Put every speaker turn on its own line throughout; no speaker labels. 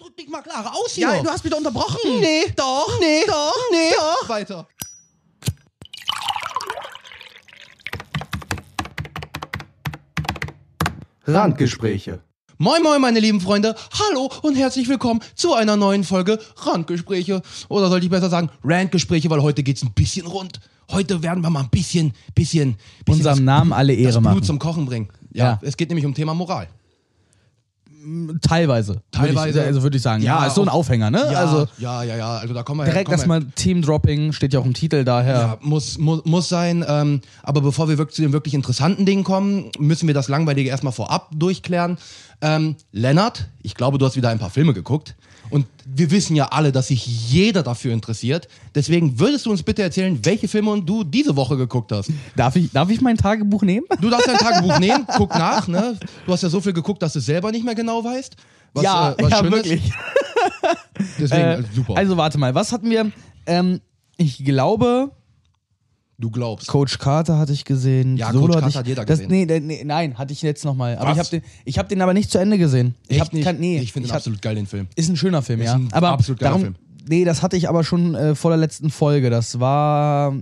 Guck dich mal klarer aus hier.
Ja, du hast mich doch unterbrochen.
Nee.
Doch. Nee. Doch. Nee. Doch.
weiter.
Randgespräche.
Moin moin meine lieben Freunde, hallo und herzlich willkommen zu einer neuen Folge Randgespräche oder sollte ich besser sagen Randgespräche, weil heute geht's ein bisschen rund. Heute werden wir mal ein bisschen, bisschen, bisschen
Unserem
das,
Namen alle
das
Ehre
Blut
machen.
zum Kochen bringen. Ja,
Ja.
es geht nämlich um Thema Moral.
Teilweise. Würde
Teilweise.
ich, also würde ich sagen. Ja,
Ja,
ist so ein
auch-
Aufhänger, ne?
Ja,
also
ja, ja, ja, also da kommen wir
direkt
kommen wir-
erstmal Team-Dropping, steht ja auch im Titel, daher.
Ja, Äh, muss, muss, muss sein. Ähm, aber bevor wir wirklich zu den wirklich interessanten Dingen kommen, müssen wir das Langweilige erstmal vorab durchklären. Ähm, Lennart, ich glaube, du hast wieder ein paar Filme geguckt. Und wir wissen ja alle, dass sich jeder dafür interessiert. Deswegen würdest du uns bitte erzählen, welche Filme du diese Woche geguckt hast?
Darf, ich, darf ich mein Tagebuch nehmen?
Du darfst dein Tagebuch nehmen, guck nach. Ne? Du hast ja so viel geguckt, dass du es selber nicht mehr genau weißt. Was,
ja,
äh, was
ja,
schön
wirklich.
Ist. Deswegen,
Äh,
also super.
Also warte mal, was hatten wir? Ähm, ich glaube,
du glaubst.
Coach Carter hatte ich gesehen.
Ja,
Solo
Coach
hatte
Carter
ich,
hat jeder
das,
gesehen.
Nee, nee, nee, nein, hatte ich jetzt nochmal. Aber
Was?
ich habe den, ich hab den aber nicht zu Ende gesehen. Ich hab
Echt nicht?
kein- nee,
ich finde ihn
hab-
absolut geil, den Film.
Ist ein schöner Film,
Ist
ja.
ein
aber
absolut geiler
darum,
Film.
Nee, das hatte ich aber schon äh, vor der letzten Folge. Das war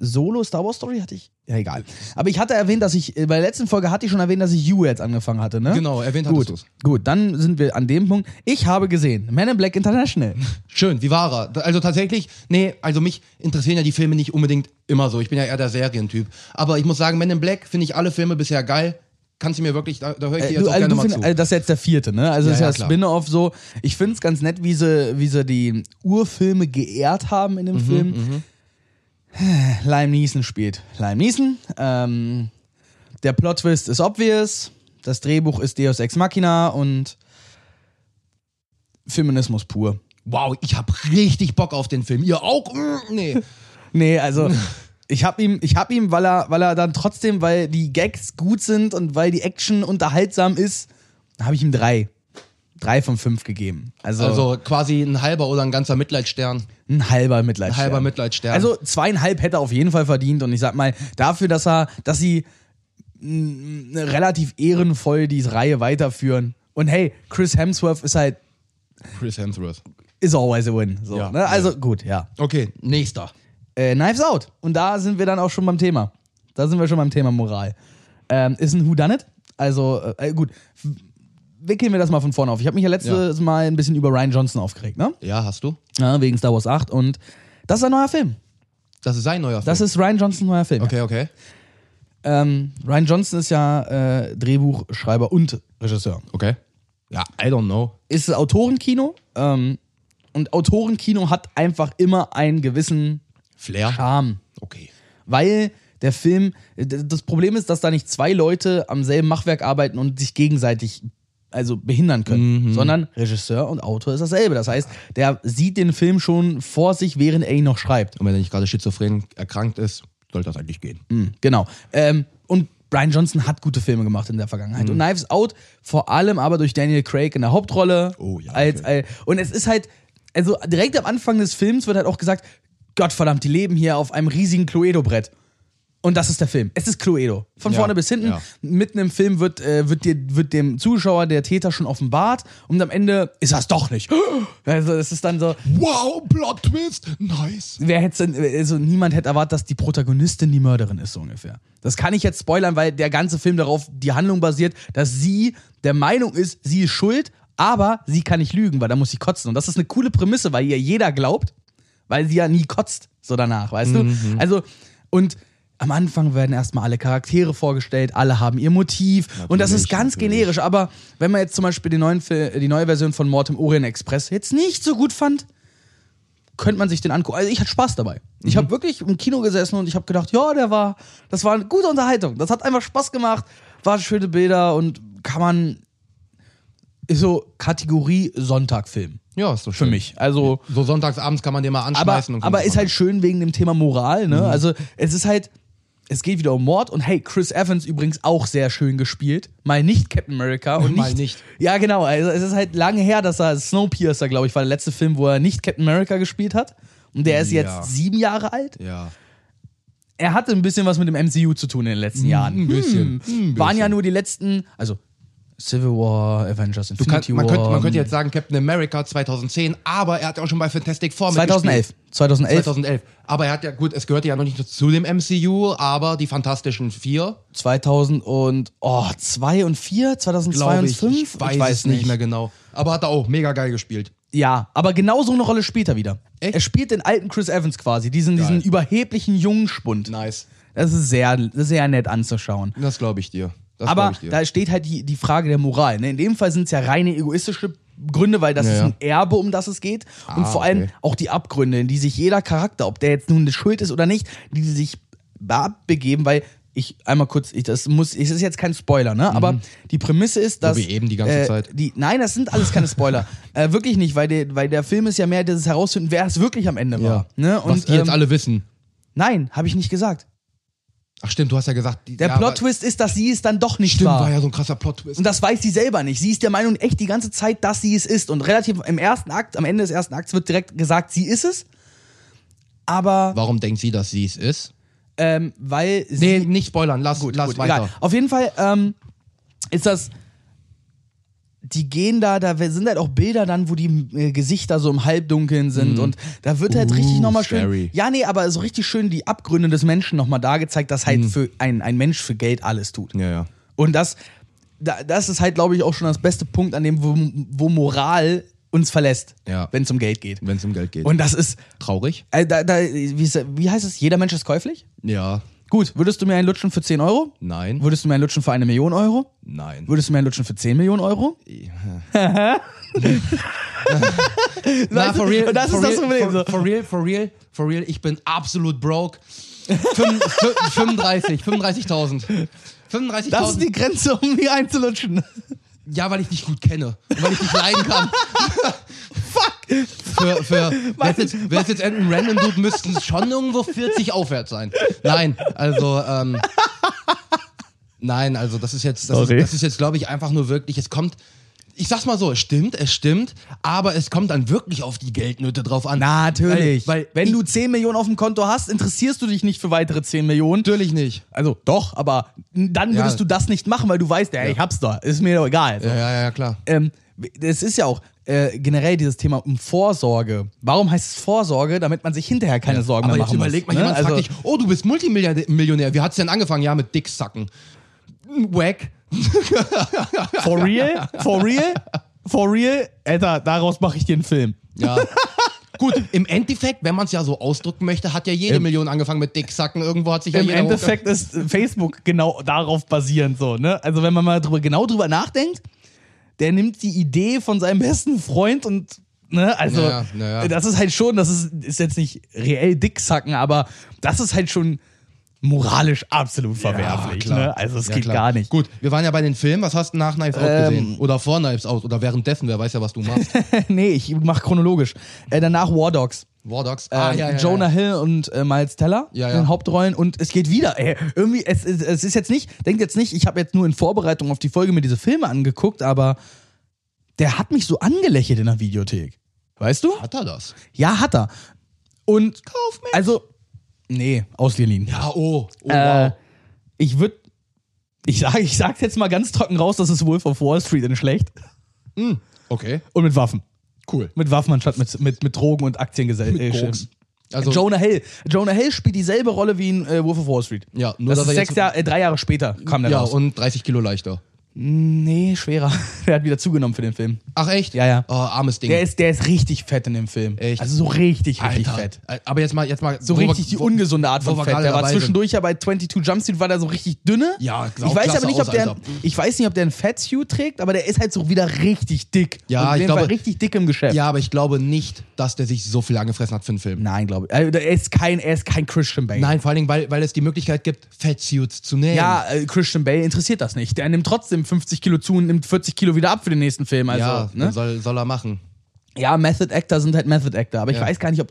Solo Star Wars Story hatte ich. Ja, egal. Aber ich hatte erwähnt, dass ich, äh, bei der letzten Folge hatte ich schon erwähnt, dass ich You jetzt angefangen hatte, ne?
Genau, erwähnt hattest
Gut,
du's.
gut, dann sind wir an dem Punkt. Ich habe gesehen, Man in Black International.
Schön, wie war er? Da- Also tatsächlich, nee, also mich interessieren ja die Filme nicht unbedingt immer so. Ich bin ja eher der Serientyp. Aber ich muss sagen, Men in Black finde ich alle Filme bisher geil. Kannst du mir wirklich, da, da höre ich dir
Äh,
jetzt
du,
auch
also,
gerne
du
mal
find,
zu.
also das ist jetzt der vierte, ne? Also
Ja,
das
ja,
ist ja,
klar.
Spin-off so. Ich finde es ganz nett, wie sie, wie sie die Urfilme geehrt haben
Mhm,
in dem Film. Lime Neeson spielt Lime Neeson. Ähm, der Plot-Twist ist obvious. Das Drehbuch ist Deus Ex Machina und Feminismus pur.
wow, ich habe richtig Bock auf den Film. Ihr auch? Mm, Nee.
Nee, also ich hab ihm, ich hab ihm, weil er, weil er dann trotzdem, weil die Gags gut sind und weil die Action unterhaltsam ist, habe ich ihm drei. Drei von fünf gegeben. Also,
Also quasi ein halber oder ein ganzer Mitleidsstern.
ein halber Mitleidstern.
Ein halber Mitleidsstern.
Also zweieinhalb hätte er auf jeden Fall verdient und ich sag mal, dafür, dass er, dass sie mm, relativ ehrenvoll die Reihe weiterführen. Und hey, Chris Hemsworth ist halt,
Chris Hemsworth.
is always a win. So,
Ja,
ne? Also gut, ja.
Okay, nächster.
äh, Knives Out. Und da sind wir dann auch schon beim Thema. Da sind wir schon beim Thema Moral. Ähm, ist ein Whodunit. Also, äh, gut. W- Wickeln wir das mal von vorne auf. Ich habe mich ja letztes Mal ein bisschen über Ryan Johnson aufgeregt, ne?
Ja, hast du?
Ja, wegen Star Wars 8. Und das ist ein neuer Film.
Das ist sein neuer Film.
Das ist Ryan Johnson neuer Film.
okay, okay.
Ähm, Ryan Johnson ist ja äh, Drehbuchschreiber und Regisseur.
Okay. Ja, I don't know.
Ist es Autorenkino. Ähm, und Autorenkino hat einfach immer einen gewissen
Flair.
Charme.
Okay.
weil der Film, d- das Problem ist, dass da nicht zwei Leute am selben Machwerk arbeiten und sich gegenseitig also behindern können, sondern Regisseur und Autor ist dasselbe. Das heißt, der sieht den Film schon vor sich, während er ihn noch schreibt.
Und wenn er nicht gerade schizophren erkrankt ist, sollte das eigentlich gehen.
Mhm, genau. Ähm, und Brian Johnson hat gute Filme gemacht in der
Mhm.
Vergangenheit. Und Knives Out vor allem aber durch Daniel Craig in der Hauptrolle.
Oh ja,
Als, äh, und es ist halt, also direkt am Anfang des Films wird halt auch gesagt, Gottverdammt, die leben hier auf einem riesigen Cluedo-Brett. Und das ist der Film. Es ist Cluedo. Von
Ja,
vorne bis hinten.
ja.
Mitten im Film wird, äh, wird, dir, wird dem Zuschauer der Täter schon offenbart. Und am Ende ist das doch nicht. Also, es ist dann so,
Wow, Plot Twist. Nice.
wer hätte denn- also niemand hätte erwartet, dass die Protagonistin die Mörderin ist, so ungefähr. Das kann ich jetzt spoilern, weil der ganze Film darauf die Handlung basiert, dass sie der Meinung ist, sie ist schuld, aber sie kann nicht lügen, weil da muss sie kotzen. Und das ist eine coole Prämisse, weil ihr jeder glaubt, weil sie ja nie kotzt, so danach, weißt du? Also, und am Anfang werden erstmal alle Charaktere vorgestellt, alle haben ihr Motiv. und das ist ganz generisch. Aber wenn man jetzt zum Beispiel den neuen, Fil- die neue Version von Mord im Orient Express jetzt nicht so gut fand, könnte man sich den angucken. Also ich hatte Spaß dabei. Ich habe wirklich im Kino gesessen und ich habe gedacht, ja, der war, das war eine gute Unterhaltung. Das hat einfach Spaß gemacht, war schöne Bilder und kann man ist so Kategorie Sonntagfilm
Ja, ist so
für
schön.
mich. Also
So sonntagsabends kann man den mal
aber,
anschmeißen. und Mhm. gucken,
aber
was
ist
man
halt schön wegen dem Thema Moral, ne? Also es ist halt es geht wieder um Mord und hey, Chris Evans übrigens auch sehr schön gespielt. Mal nicht Captain America und
Mal
nicht,
nicht.
Ja, genau. Also es ist halt lange her, dass er Snowpiercer, glaube ich, war der letzte Film, wo er nicht Captain America gespielt hat. Und der ist
Ja.
jetzt sieben Jahre alt.
Ja.
Er hatte ein bisschen was mit dem MCU zu tun in den letzten Jahren.
Mhm,
Hm.
Ein bisschen.
Waren ja nur die letzten, also Civil War, Avengers,
Du
Infinity
kann, man,
War. Hm.
könnte, man könnte jetzt sagen Captain America 2010, aber er hat ja auch schon bei Fantastic Four
2011.
mitgespielt.
2011.
2011. Aber er hat ja, gut, es gehörte ja noch nicht zu dem MCU, aber die Fantastischen Vier,
2000 und oh, 2 und 4, 2002
glaube
und
ich,
5,
ich weiß, es nicht mehr genau. Aber hat er auch mega geil gespielt.
Ja, aber genau so eine Rolle spielt er wieder.
Echt?
Er spielt den alten Chris Evans quasi, diesen, diesen überheblichen jungen Spund.
Nice.
Das ist sehr, sehr nett anzuschauen.
Das glaube ich dir. Das
Aber
glaub ich dir.
da steht halt die, die Frage der Moral. Ne? In dem Fall sind es ja reine egoistische Gründe, weil das
Ja,
ist
ja.
ein Erbe, um das es geht.
Ah,
und vor allem
okay.
auch die Abgründe, in die sich jeder Charakter, ob der jetzt nun schuld ist oder nicht, die sich abbegeben, weil ich einmal kurz, ich, das muss, es ist jetzt kein Spoiler, ne? Aber die Prämisse ist, dass.
wie Mhm. eben die ganze
äh,
Zeit.
Die, nein, das sind alles keine Spoiler. äh, wirklich nicht, weil der, weil der Film ist ja mehr dieses Herausfinden, wer es wirklich am Ende war. Ne? Und,
Was die jetzt
ähm,
alle wissen.
Nein, habe ich nicht gesagt.
Ach stimmt, du hast ja gesagt, die-
Der
ja, war-
Plot-Twist ist, dass sie es dann doch nicht
Stimmt,
war.
war ja so ein krasser Plot-Twist.
Und das weiß sie selber nicht. Sie ist der Meinung echt die ganze Zeit, dass sie es ist. Und relativ im ersten Akt, am Ende des ersten Akts wird direkt gesagt, sie ist es. Aber
Warum denkt sie, dass sie es ist?
ähm, weil sie
Nee, nicht spoilern, lass, lass
gut,
weiter.
egal. Auf jeden Fall ähm, ist das. Die gehen da, da sind halt auch Bilder dann, wo die äh, Gesichter so im Halbdunkeln sind und da wird halt
Mhm. Uh,
richtig nochmal schön.
scary.
Ja, nee, aber so richtig schön die Abgründe des Menschen nochmal dargezeigt, dass halt für ein, ein Mensch für Geld alles tut.
Mhm. Ja, ja.
Und das, da- das ist halt, glaube ich, auch schon das beste Punkt, an dem, wo, wo Moral uns verlässt,
Ja.
wenn es um Geld geht.
Wenn es um Geld geht.
Und das ist,
traurig?
äh, da, da, wie, ist- wie heißt es, jeder Mensch ist käuflich?
Ja.
Gut, würdest du mir einen lutschen für 10 Euro?
Nein.
Würdest du mir einen lutschen für eine Million Euro?
Nein.
Würdest du mir einen lutschen für 10 Millionen Euro?
Na,
Weißt du, und das
for
ist
real,
das Problem,
For,
so.
for real, for real, for real, ich bin absolut broke. Fünf- fü- 35, 35.000. 35.000.
Das ist die Grenze, um die einzulutschen.
ja, weil ich dich gut kenne. Und weil ich dich leiden kann.
Fuck!
Für, für, wär's jetzt, wär's jetzt ein random Dude, müssten es schon irgendwo 40 aufwärts sein. Nein, also, ähm, nein, also das ist jetzt, das ist,
Sorry.
das ist jetzt, glaube ich, einfach nur wirklich, es kommt, ich sag's mal so, es stimmt, es stimmt, aber es kommt dann wirklich auf die Geldnöte drauf an.
Natürlich.
Weil, weil
wenn
ich,
du 10 Millionen auf dem Konto hast, interessierst du dich nicht für weitere 10 Millionen.
natürlich nicht.
Also doch, aber dann
Ja.
würdest du das nicht machen, weil du weißt, ey, ich hab's da, ist mir doch egal.
Ja, ja, ja, klar.
Ähm, es ist ja auch äh, generell dieses Thema um Vorsorge. Warum heißt es Vorsorge, damit man sich hinterher keine Sorgen
Aber
mehr
jetzt
machen
überleg mal,
muss? ne?
jemand
also,
fragt dich, oh, du bist Multimillionär, wie hat's denn angefangen? Ja, mit Dicksacken. Wack.
For real? For real? For real? Alter, daraus mache ich den Film.
Ja. Gut, im Endeffekt, wenn man es ja so ausdrücken möchte, hat ja jede
Im-
Million angefangen mit Dicksacken. Irgendwo hat sich ja
Im
jeder
Endeffekt ist Facebook genau darauf basierend so, ne? Also wenn man mal drüber, genau drüber nachdenkt, der nimmt die Idee von seinem besten Freund und ne, also
Naja, naja.
das ist halt schon, das ist, ist jetzt nicht reell Dicksacken, aber das ist halt schon moralisch absolut verwerflich,
klar.
ne? Also es
Ja,
geht
klar.
gar nicht.
Gut, wir waren ja bei den Filmen. Was hast du nach Knives Out
Ähm.
gesehen? Oder vor Knives Out? Oder währenddessen, wer weiß ja, was du machst.
nee, ich mach chronologisch. Äh, danach War Dogs.
War Dogs. Ah,
äh, Jonah Hill und äh, Miles Teller
Ja,
in den
ja.
Hauptrollen und es geht wieder. Ey, irgendwie, es, es, es ist jetzt nicht, denkt jetzt nicht, ich habe jetzt nur in Vorbereitung auf die Folge mir diese Filme angeguckt, aber der hat mich so angelächelt in der Videothek. Weißt du?
Hat er das?
Ja, hat er. Und Kauf mich. also, nee, ausgeliehen.
Ja, oh. oh
Äh,
wow.
Ich würde, ich sage ich sag's jetzt mal ganz trocken raus, das ist Wolf of Wall Street in schlecht
Okay,
und mit Waffen.
cool.
Mit Waffen anstatt mit, mit, mit Drogen und äh, Aktiengesellschaften.
Mit Koks. Also,
Jonah Hill. Jonah Hill spielt dieselbe Rolle wie in äh, Wolf of Wall Street.
Ja, nur,
das
dass
ist
er jetzt-
sechs Jahr, äh, drei Jahre später kam der
ja,
raus.
und 30 Kilo leichter.
nee, schwerer. Der hat wieder zugenommen für den Film.
Ach, echt?
Ja, ja.
Oh, armes Ding.
Der ist, der ist richtig fett in dem Film.
Echt?
Also so richtig, richtig
Alter.
fett.
Aber jetzt mal, jetzt mal.
So richtig die ungesunde Art
wo
von
wir
Fett.
gerade
Der war
dabei sind.
zwischendurch ja bei 22 Jumpsuit, war der so richtig dünne.
Ja,
ich
sah auch
weiß aber
klasse
nicht, ob
aus,
der,
Alter.
ich weiß nicht, ob der einen Fatsuit trägt, aber der ist halt so wieder richtig dick.
Ja,
Und auf
ich
jeden
glaube-
Fall richtig dick im Geschäft.
Ja, aber ich glaube nicht, dass der sich so viel angefressen hat für einen Film.
Nein, glaube ich. Also, Er ist kein, er ist kein Christian Bale.
Nein, vor allen Dingen, weil, weil es die Möglichkeit gibt, Fettsuits zu nähen.
Ja, äh, Christian Bale interessiert das nicht. Der nimmt trotzdem 50 Kilo zu und nimmt 40 Kilo wieder ab für den nächsten Film. Also,
ja
ja, ne?
dann soll, soll er machen.
ja Method Actor sind halt Method Actor, aber ich
Ja.
weiß gar nicht, ob.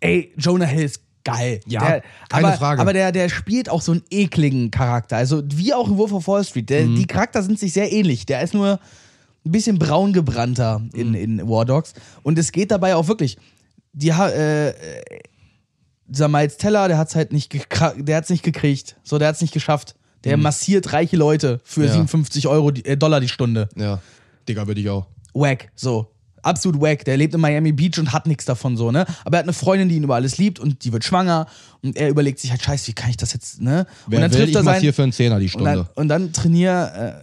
Ey, Jonah Hill ist geil.
Ja,
der,
keine
aber,
Frage.
Aber der, der spielt auch so einen ekligen Charakter. Also wie auch in Wolf of Wall Street. Der,
Mhm.
Die Charakter sind sich sehr ähnlich. Der ist nur ein bisschen braun gebrannter
Mhm.
in, in War Dogs. Und es geht dabei auch wirklich. Die, ha- äh, dieser Miles Teller, der hat's halt nicht, gekra- der hat's nicht gekriegt. So, der hat's nicht geschafft. Der massiert reiche Leute für
Mhm. Ja.
57 Euro, die- äh, Dollar die Stunde.
Ja. Digga, würde ich auch.
Wack, so. Absolut wack. Der lebt in Miami Beach und hat nichts davon, so, ne? Aber er hat eine Freundin, die ihn über alles liebt und die wird schwanger und er überlegt sich halt, scheiße, wie kann ich das jetzt, ne?
Wer
und dann
will,
trifft
ich
er
mach's
seinen.
hier für einen Zehner die
Und dann,
Stunde.
und dann trainier,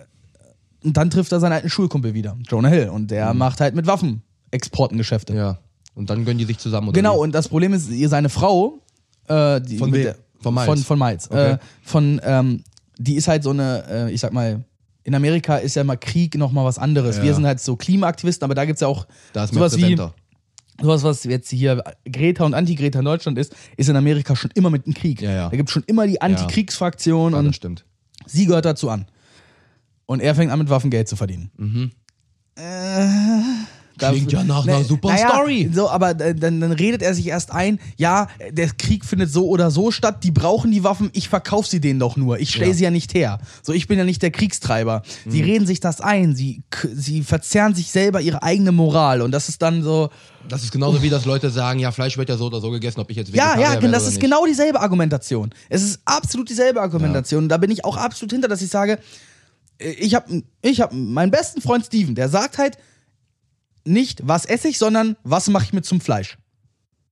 äh, und dann trifft er seinen alten Schulkumpel wieder, Jonah Hill. Und
Mhm.
der macht halt mit Waffen Exporten Geschäfte.
ja. Und dann gönnen die sich zusammen. Oder
Genau,
wie?
und das Problem ist, ihr seine Frau, äh, die
Von
mit
wem?
der-
Von Miles?
Von, von Miles.
Okay.
Äh, von, ähm, die ist halt so eine, äh, ich sag mal, in Amerika ist ja mal Krieg nochmal was anderes.
Ja.
Wir sind halt so Klimaaktivisten, aber da gibt's ja auch
Da ist mir
sowas wie,
präsenter.
sowas, was jetzt hier Greta und Anti-Greta in Deutschland ist, ist in Amerika schon immer mit einem Krieg.
Ja, ja.
Da gibt's schon immer die Anti-Kriegsfraktion
Ja,
und
das stimmt.
sie gehört dazu an. Und er fängt an, mit Waffen Geld zu verdienen. Äh,
Klingt ja nach einer
ne,
super Story.
So, aber d- dann, dann redet er sich erst ein, ja, der Krieg findet so oder so statt, die brauchen die Waffen, ich verkaufe sie denen doch nur, ich stelle
Ja. Mhm.
sie ja nicht her. So, ich bin ja nicht der Kriegstreiber. Sie reden sich das ein, sie, k- sie verzerren sich selber ihre eigene Moral und das ist dann so,
Das ist genauso wie, dass Leute sagen, ja, Fleisch wird ja so oder so gegessen, ob ich jetzt
Ja,
Vegetarier
ja,
werde
das
oder
ist
nicht.
genau dieselbe Argumentation. Es ist absolut dieselbe Argumentation. Und da bin ich auch absolut hinter, dass ich sage, äh, ich habe ich hab meinen besten Freund Steven, der sagt halt nicht, was esse ich, sondern was mache ich mit zum Fleisch.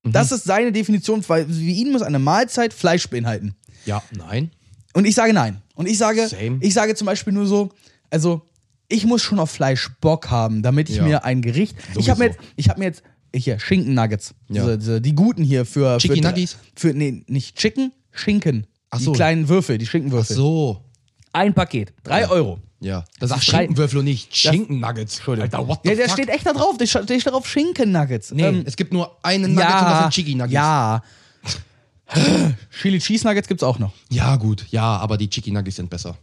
Mhm.
Das ist seine Definition, weil wie ihn muss eine Mahlzeit Fleisch beinhalten.
Ja, nein.
Und ich sage nein. Und ich sage,
Same.
ich sage zum Beispiel nur so, also ich muss schon auf Fleisch Bock haben, damit ich
Ja.
mir ein Gericht. Ich habe mir jetzt,
Sowieso.
ich habe mir jetzt hier Schinken Nuggets,
Ja.
diese, diese, die guten hier für
Chicky
für,
Nuggies?
für nee nicht Chicken Schinken,
Ach
die
so.
kleinen Würfel, die Schinkenwürfel.
So.
Ein Paket, drei Euro.
Ja. Das ist
drei-
Schinkenwürfel und nicht Schinkennuggets. Entschuldigung. Alter, what the
Ja, der
fuck?
steht echt da drauf. Der sta- der steht drauf Schinken Nuggets. Ähm,
nee, es gibt nur einen Nugget und das
ja,
sind Chicky Nuggets.
ja. Chili Cheese Nuggets gibt's auch noch.
ja, gut. Ja, aber die Chicky Nuggets sind besser.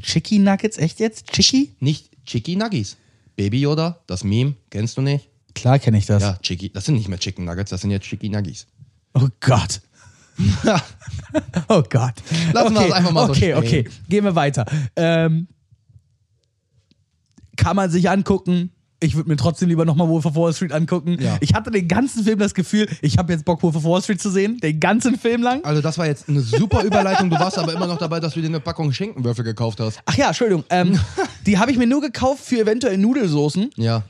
Chicky Nuggets, echt jetzt? Chicky?
Nicht Chicky Nuggets. Baby Yoda, das Meme, kennst du nicht?
Klar kenne ich das.
Ja, Chicky, das sind nicht mehr Chicken Nuggets, das sind jetzt Chicky Nuggies.
Oh Gott. oh Gott.
Lassen wir
okay,
das einfach mal so
Okay,
stehen.
okay. Gehen wir weiter. Ähm, kann man sich angucken. Ich würde mir trotzdem lieber nochmal Wolf of Wall Street angucken.
Ja.
Ich hatte den ganzen Film das Gefühl, ich habe jetzt Bock, Wolf of Wall Street zu sehen. Den ganzen Film lang.
Also das war jetzt eine super Überleitung, du warst aber immer noch dabei, dass du dir eine Packung Schinkenwürfel gekauft hast.
Ach ja, Entschuldigung. Ähm, die habe ich mir nur gekauft für eventuell Nudelsoßen,
Ja.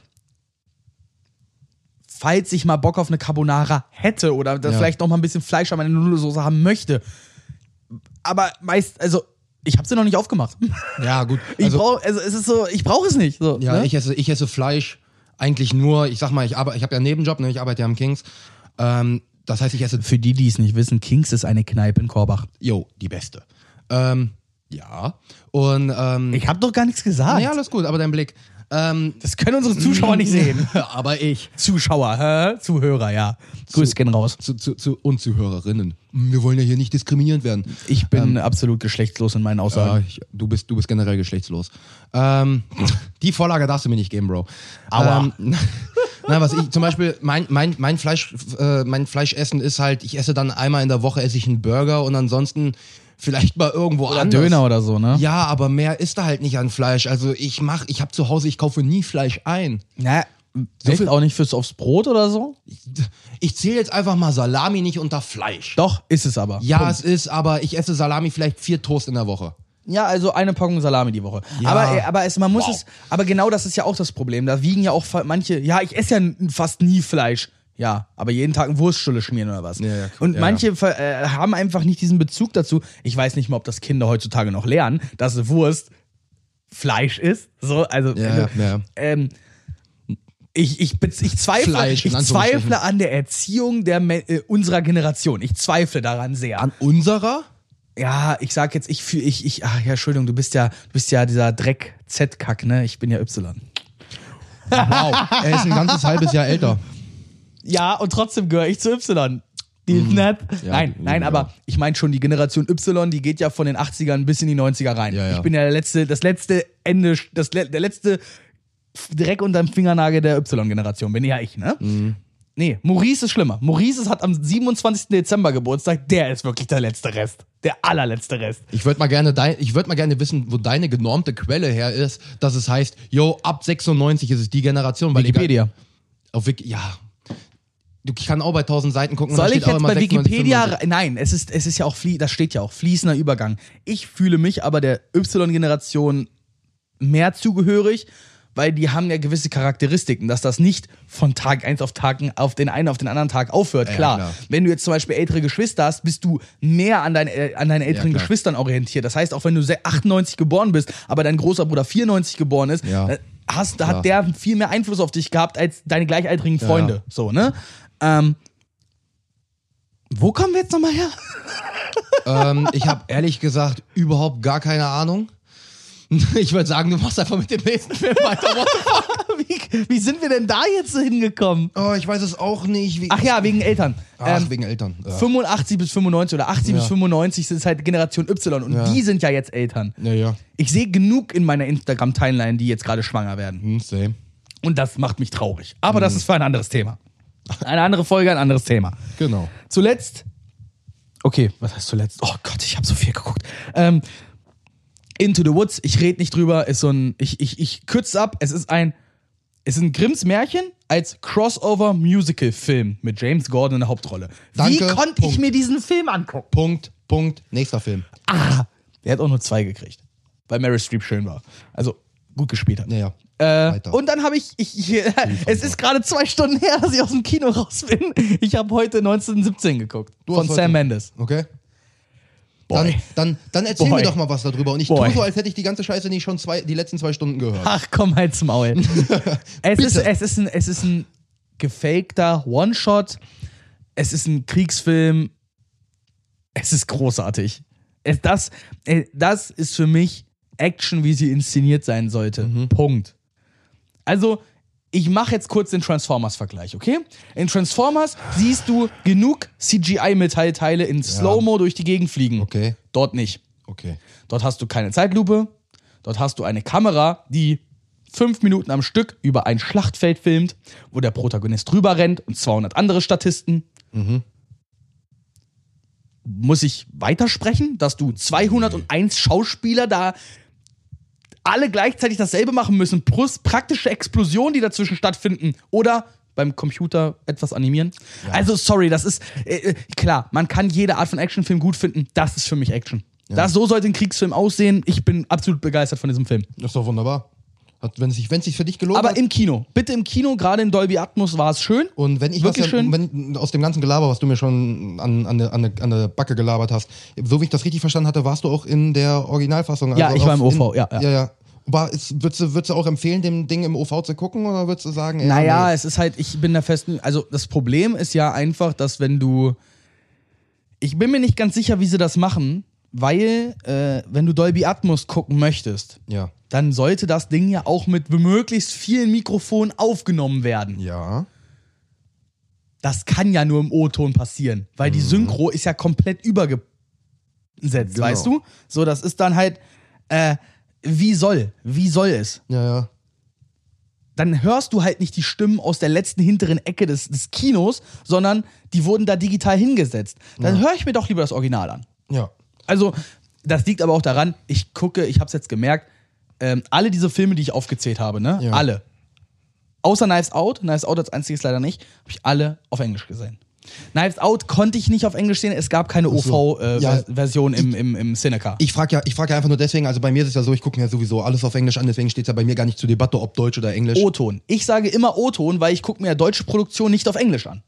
falls ich mal Bock auf eine Carbonara hätte oder da
Ja.
vielleicht noch mal ein bisschen Fleisch an meine Nudelsoße haben möchte. Aber meist, also, ich habe sie noch nicht aufgemacht.
Ja, gut.
Ich
Also,
brauche, also es ist so, ich brauche es nicht. So,
ja,
ne?
ich, esse, ich esse Fleisch eigentlich nur, ich sag mal, ich, arbe- ich habe ja einen Nebenjob, ne? ich arbeite ja am Kings. Ähm, das heißt, ich esse,
Für die, die es nicht wissen, Kings ist eine Kneipe in Korbach.
yo, die beste. Ähm, ja. Und, ähm,
Ich habe doch gar nichts gesagt.
ja, alles gut, aber dein Blick. Ähm,
das können unsere Zuschauer nicht sehen.
aber ich.
Mhm. Zuschauer, hä? Zuhörer, ja. Grüß gehen raus.
Zu, zu, zu, und Zuhörerinnen. Wir wollen ja hier nicht diskriminierend werden.
Ich bin absolut geschlechtslos in meinen
Ja,
Aussagen.
ich, du, bist, du bist generell geschlechtslos. Ähm, die Vorlage darfst du mir nicht geben, Bro.
Aua.
Ähm, Nein, was ich zum Beispiel, mein, mein, mein, Fleisch, äh, mein Fleischessen ist halt, ich esse dann einmal in der Woche esse ich einen Burger und ansonsten vielleicht mal irgendwo
Oder
anders.
Döner oder so, ne?
Ja, aber mehr ist da halt nicht an Fleisch. Also ich mach, ich habe zu Hause, ich kaufe nie Fleisch ein.
Na,
So
echt
viel-
auch nicht fürs aufs Brot oder so?
Ich zähle jetzt einfach mal Salami nicht unter Fleisch.
Doch, ist es aber.
Ja,
Punkt.
es ist, aber ich esse Salami vielleicht vier Toast in der Woche.
Ja, also eine Packung Salami die Woche.
Ja.
Aber, äh, aber es, man muss
Wow.
es, aber genau das ist ja auch das Problem. Da wiegen ja auch fa- manche, ja, ich esse ja n- fast nie Fleisch. Ja, aber jeden Tag eine Wurststulle schmieren oder was.
Ja, ja, cool.
Und
Ja,
manche ver- äh, haben einfach nicht diesen Bezug dazu. Ich weiß nicht mal, ob das Kinder heutzutage noch lernen, dass eine Wurst Fleisch ist. So, also
Ja,
äh,
ja.
Ähm, ich, ich, bez- ich, zweifle,
Fleisch, in
ich
Anführungsstrichen.
zweifle an der Erziehung der, Me- äh, unserer Generation. Ich zweifle daran sehr
An unserer?
ja, ich sag jetzt, ich fühle, ich, ich, ach ja, Entschuldigung, du bist ja, du bist ja dieser Dreck Z-Kack, ne? Ich bin ja Y.
Wow, er ist ein ganzes halbes Jahr älter.
Ja, und trotzdem gehöre ich zu Y. Die Nett.
Ja,
nein,
ja.
nein, aber ich meine schon, die Generation Y, die geht ja von den 80ern bis in die 90er rein.
Ja, ja.
Ich bin ja der letzte, das letzte Ende, das, le- der letzte Dreck unterm Fingernagel der Y-Generation bin ja ich, ne? Nee, Maurice ist schlimmer. Maurice ist- hat am 27. Dezember Geburtstag, der ist wirklich der letzte Rest. Der allerletzte Rest.
Ich würde mal, gerne dein- ich würd mal gerne wissen, wo deine genormte Quelle her ist, dass es heißt, yo, ab 96 ist es die Generation. Weil egal-
Wikipedia.
auf Wiki, ja. ich kann auch bei 1000 Seiten gucken. und da
Soll
steht
ich
auch
jetzt
immer
bei
96,
Wikipedia?
95.
re- Nein, es ist, es ist ja auch, flie das steht ja auch, fließender Übergang. Ich fühle mich aber der Y-Generation mehr zugehörig, weil die haben ja gewisse Charakteristiken, dass das nicht von Tag eins auf Tag, auf den einen auf den anderen Tag aufhört.
Ja,
klar.
klar.
Wenn du jetzt zum Beispiel ältere Geschwister hast, bist du mehr an, dein, äh, an deinen älteren
klar.
Geschwistern orientiert. Das heißt, auch wenn du se- 98 geboren bist, aber dein großer Bruder 94 geboren ist,
Ja.
dann hast, da
Klar.
hat der viel mehr Einfluss auf dich gehabt als deine gleichaltrigen Freunde.
ja.
So, ne? Ähm, wo kommen wir jetzt nochmal her?
ähm, ich habe ehrlich gesagt überhaupt gar keine Ahnung. Ich würde sagen, du machst einfach mit dem nächsten Film weiter. What the fuck?
Wie, wie sind wir denn da jetzt hingekommen?
Oh, ich weiß es auch nicht. Wie
Ach ja, wegen Eltern.
Ach,
ähm,
wegen Eltern. Ja.
85 bis 95 oder 80 bis
Ja.
95 ist halt Generation Y und
Ja.
die sind ja jetzt Eltern.
Ja, ja.
Ich sehe genug in meiner Instagram-Timeline, die jetzt gerade schwanger werden.
Hm, same.
Und das macht mich traurig. Aber
Mhm.
das ist für ein anderes Thema. Eine andere Folge, ein anderes Thema.
Genau.
Zuletzt. Okay, was heißt zuletzt? Oh Gott, ich habe so viel geguckt. Ähm, Into the Woods, ich rede nicht drüber, ist so ein. Ich, ich, ich kürze ab, es ist ein. Es ist ein Grimms Märchen als Crossover-Musical-Film mit James Gordon in der Hauptrolle. Wie
Danke,
konnte ich
Punkt.
mir diesen Film angucken?
Punkt, Punkt, nächster Film.
Ah! Der hat auch nur zwei gekriegt, weil Meryl Streep schön war. Also gut gespielt hat.
Naja.
Äh,
Weiter.
und dann habe ich, ich, ich es ist gerade zwei Stunden her, dass ich aus dem Kino raus bin. Ich habe heute 1917 geguckt.
Du
von
hast
Sam
heute-
Mendes.
Okay. Dann,
Boy.
dann, dann erzähl
Boy.
mir doch mal was darüber. Und ich
Boy.
tue so, als hätte ich die ganze Scheiße nicht schon zwei, die letzten zwei Stunden gehört.
Ach komm, halt's Maul. es, ist, es, ist ein, es ist ein gefakter One-Shot. Es ist ein Kriegsfilm. Es ist großartig. Es, das, äh, das ist für mich Action, wie sie inszeniert sein sollte. Punkt. Also, ich mache jetzt kurz den Transformers-Vergleich, okay? In Transformers siehst du genug CGI-Metallteile in Slow-Mo durch die Gegend fliegen.
Okay.
Dort nicht.
Okay.
Dort hast du keine Zeitlupe. Dort hast du eine Kamera, die fünf Minuten am Stück über ein Schlachtfeld filmt, wo der Protagonist drüber rennt und 200 andere Statisten. Muss ich weitersprechen, dass du 201 Schauspieler da alle gleichzeitig dasselbe machen müssen, plus praktische Explosionen, die dazwischen stattfinden oder beim Computer etwas animieren. Also sorry, das ist äh, äh, klar, man kann jede Art von Actionfilm gut finden, das ist für mich Action. Das, so sollte ein Kriegsfilm aussehen. Ich bin absolut begeistert von diesem Film.
Das ist doch wunderbar. Hat, wenn es sich, wenn es sich für dich gelohnt
Aber
hat.
im Kino, bitte im Kino, gerade in Dolby Atmos war es schön.
Und wenn ich
Wirklich
was
schön?
Wenn, aus dem ganzen Gelaber, was du mir schon an, an, der- an, der- an der Backe gelabert hast, so wie ich das richtig verstanden hatte, warst du auch in der Originalfassung.
Ja, ich war
auf-
im OV,
in,
ja, ja.
ja, ja. Aber ist, würdest, du, würdest du auch empfehlen, dem Ding im OV zu gucken oder würdest du sagen, ey,
Naja,
nee.
es ist halt, ich bin der festen. Also, das Problem ist ja einfach, dass wenn du. Ich bin mir nicht ganz sicher, wie sie das machen, weil, äh, wenn du Dolby Atmos gucken möchtest,
Ja.
dann sollte das Ding ja auch mit möglichst vielen Mikrofonen aufgenommen werden.
Ja.
Das kann ja nur im O-Ton passieren, weil die Synchro ist ja komplett übergesetzt,
Genau.
weißt du? So, das ist dann halt, äh, wie soll, wie soll es?
Ja, ja.
dann hörst du halt nicht die Stimmen aus der letzten hinteren Ecke des, des Kinos, sondern die wurden da digital hingesetzt. Dann höre ich mir doch lieber das Original an.
Ja.
Also, das liegt aber auch daran, ich gucke, ich habe es jetzt gemerkt, ähm, alle diese Filme, die ich aufgezählt habe, ne?
Ja.
Alle. Außer Knives Out, Knives Out als einziges leider nicht, habe ich alle auf Englisch gesehen. Knives Out konnte ich nicht auf Englisch sehen, es gab keine
so. Ja.
OV-Version im, im, im Cineca.
Ich frage ja, ich frag ja einfach nur deswegen, also bei mir ist es ja so, ich gucke mir ja sowieso alles auf Englisch an, deswegen steht es ja bei mir gar nicht zur Debatte, ob Deutsch oder Englisch.
O-Ton. Ich sage immer O-Ton, weil ich gucke mir ja deutsche Produktion nicht auf Englisch an.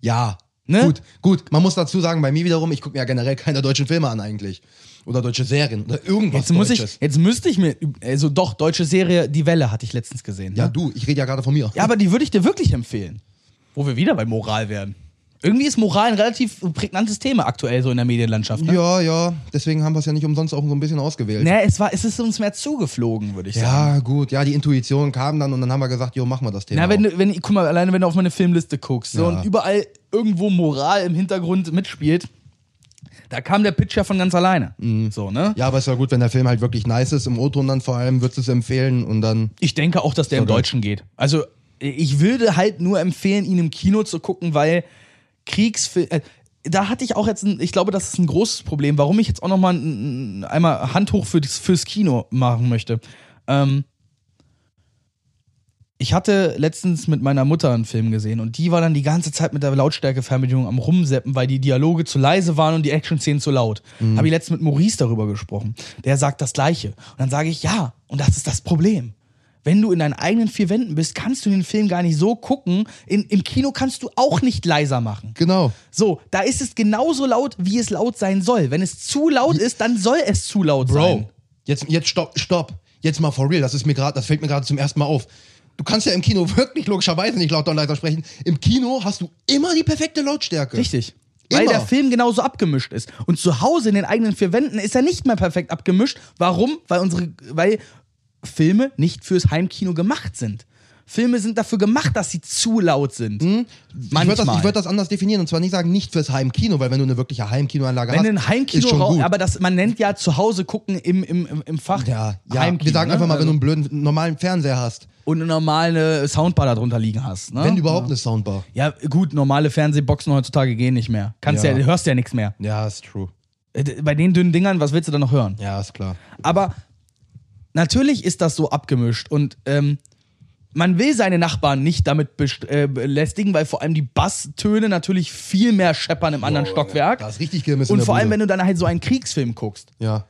Ja.
Ne?
Gut, gut. Man muss dazu sagen, bei mir wiederum, ich gucke mir ja generell keine deutschen Filme an eigentlich. Oder deutsche Serien oder irgendwas
Jetzt, muss
Deutsches.
ich, jetzt müsste ich mir, also doch, deutsche Serie Die Welle hatte ich letztens gesehen.
Ja,
ne?
du, ich rede ja gerade von mir.
ja aber die würde ich dir wirklich empfehlen. Wo wir wieder bei Moral werden. Irgendwie ist Moral ein relativ prägnantes Thema aktuell so in der Medienlandschaft. Ne?
Ja, ja, deswegen haben wir es ja nicht umsonst auch so ein bisschen ausgewählt.
Ne, es, war, es ist uns mehr zugeflogen, würde ich sagen.
Ja, gut, ja, die Intuition kam dann und dann haben wir gesagt, jo, machen wir das Thema.
Na, wenn, du- wenn, guck mal, alleine wenn du auf meine Filmliste guckst so,
genau. Ja.
und überall irgendwo Moral im Hintergrund mitspielt, da kam der Pitch ja von ganz alleine. So, ne?
auch. ja, aber ist ja gut, wenn der Film halt wirklich nice ist, im O-Ton dann vor allem, würdest du es empfehlen und dann.
Ich denke auch, dass der im
Oder?
Deutschen geht. Also ich würde halt nur empfehlen, ihn im Kino zu gucken, weil Kriegsfilm. Äh, da hatte ich auch jetzt, ein, ich glaube, das ist ein großes Problem, warum ich jetzt auch nochmal einmal Hand hoch für das, fürs Kino machen möchte. Ähm, Ich hatte letztens mit meiner Mutter einen Film gesehen und die war dann die ganze Zeit mit der Lautstärke-Fernbedienung am Rumseppen, weil die Dialoge zu leise waren und die Action-Szenen zu laut. Habe ich letztens mit Maurice darüber gesprochen. Der sagt das Gleiche. Und dann sage ich, ja, und das ist das Problem. Wenn du in deinen eigenen vier Wänden bist, kannst du den Film gar nicht so gucken. In, Im Kino kannst du auch nicht leiser machen.
Genau.
So, da ist es genauso laut, wie es laut sein soll. Wenn es zu laut ist, dann soll es zu laut sein.
Bro, jetzt, jetzt stopp, stopp. Jetzt mal for real. Das ist mir gerade, das fällt mir gerade zum ersten Mal auf. Du kannst ja im Kino wirklich logischerweise nicht lauter und leiser sprechen. Im Kino hast du immer die perfekte Lautstärke.
Richtig.
Immer.
Weil der Film genauso abgemischt ist. Und zu Hause in den eigenen vier Wänden ist er nicht mehr perfekt abgemischt. Warum? Weil unsere, weil Filme nicht fürs Heimkino gemacht sind. Filme sind dafür gemacht, dass sie zu laut sind.
Hm? Ich würde das,
Manchmal.
ich würd das anders definieren und zwar nicht sagen, nicht fürs Heimkino, weil wenn du eine wirkliche Heimkinoanlage
Wenn
hast,
du ein
ist schon
Heimkino
gut.
aber das, man nennt ja zu Hause gucken im, im, im- im Fach.
ja, ja.
Heimkino,
wir sagen
ne?
einfach mal, wenn
Also-
du einen blöden, normalen Fernseher hast,
und eine normale Soundbar darunter liegen hast. Ne?
wenn überhaupt eine Soundbar.
Ja, gut, normale Fernsehboxen heutzutage gehen nicht mehr. Kannst ja,
Ja.
hörst ja nichts mehr.
Ja, ist true.
Äh, d- Bei den dünnen Dingern, was willst du da noch hören?
Ja, ist klar.
Aber natürlich ist das so abgemischt und ähm, man will seine Nachbarn nicht damit best- äh, belästigen, weil vor allem die Basstöne natürlich viel mehr scheppern im anderen Stockwerk.
Da ist richtig Kirmes in
und
der
vor allem, wenn
Bude.
du dann halt so einen Kriegsfilm guckst.
Ja.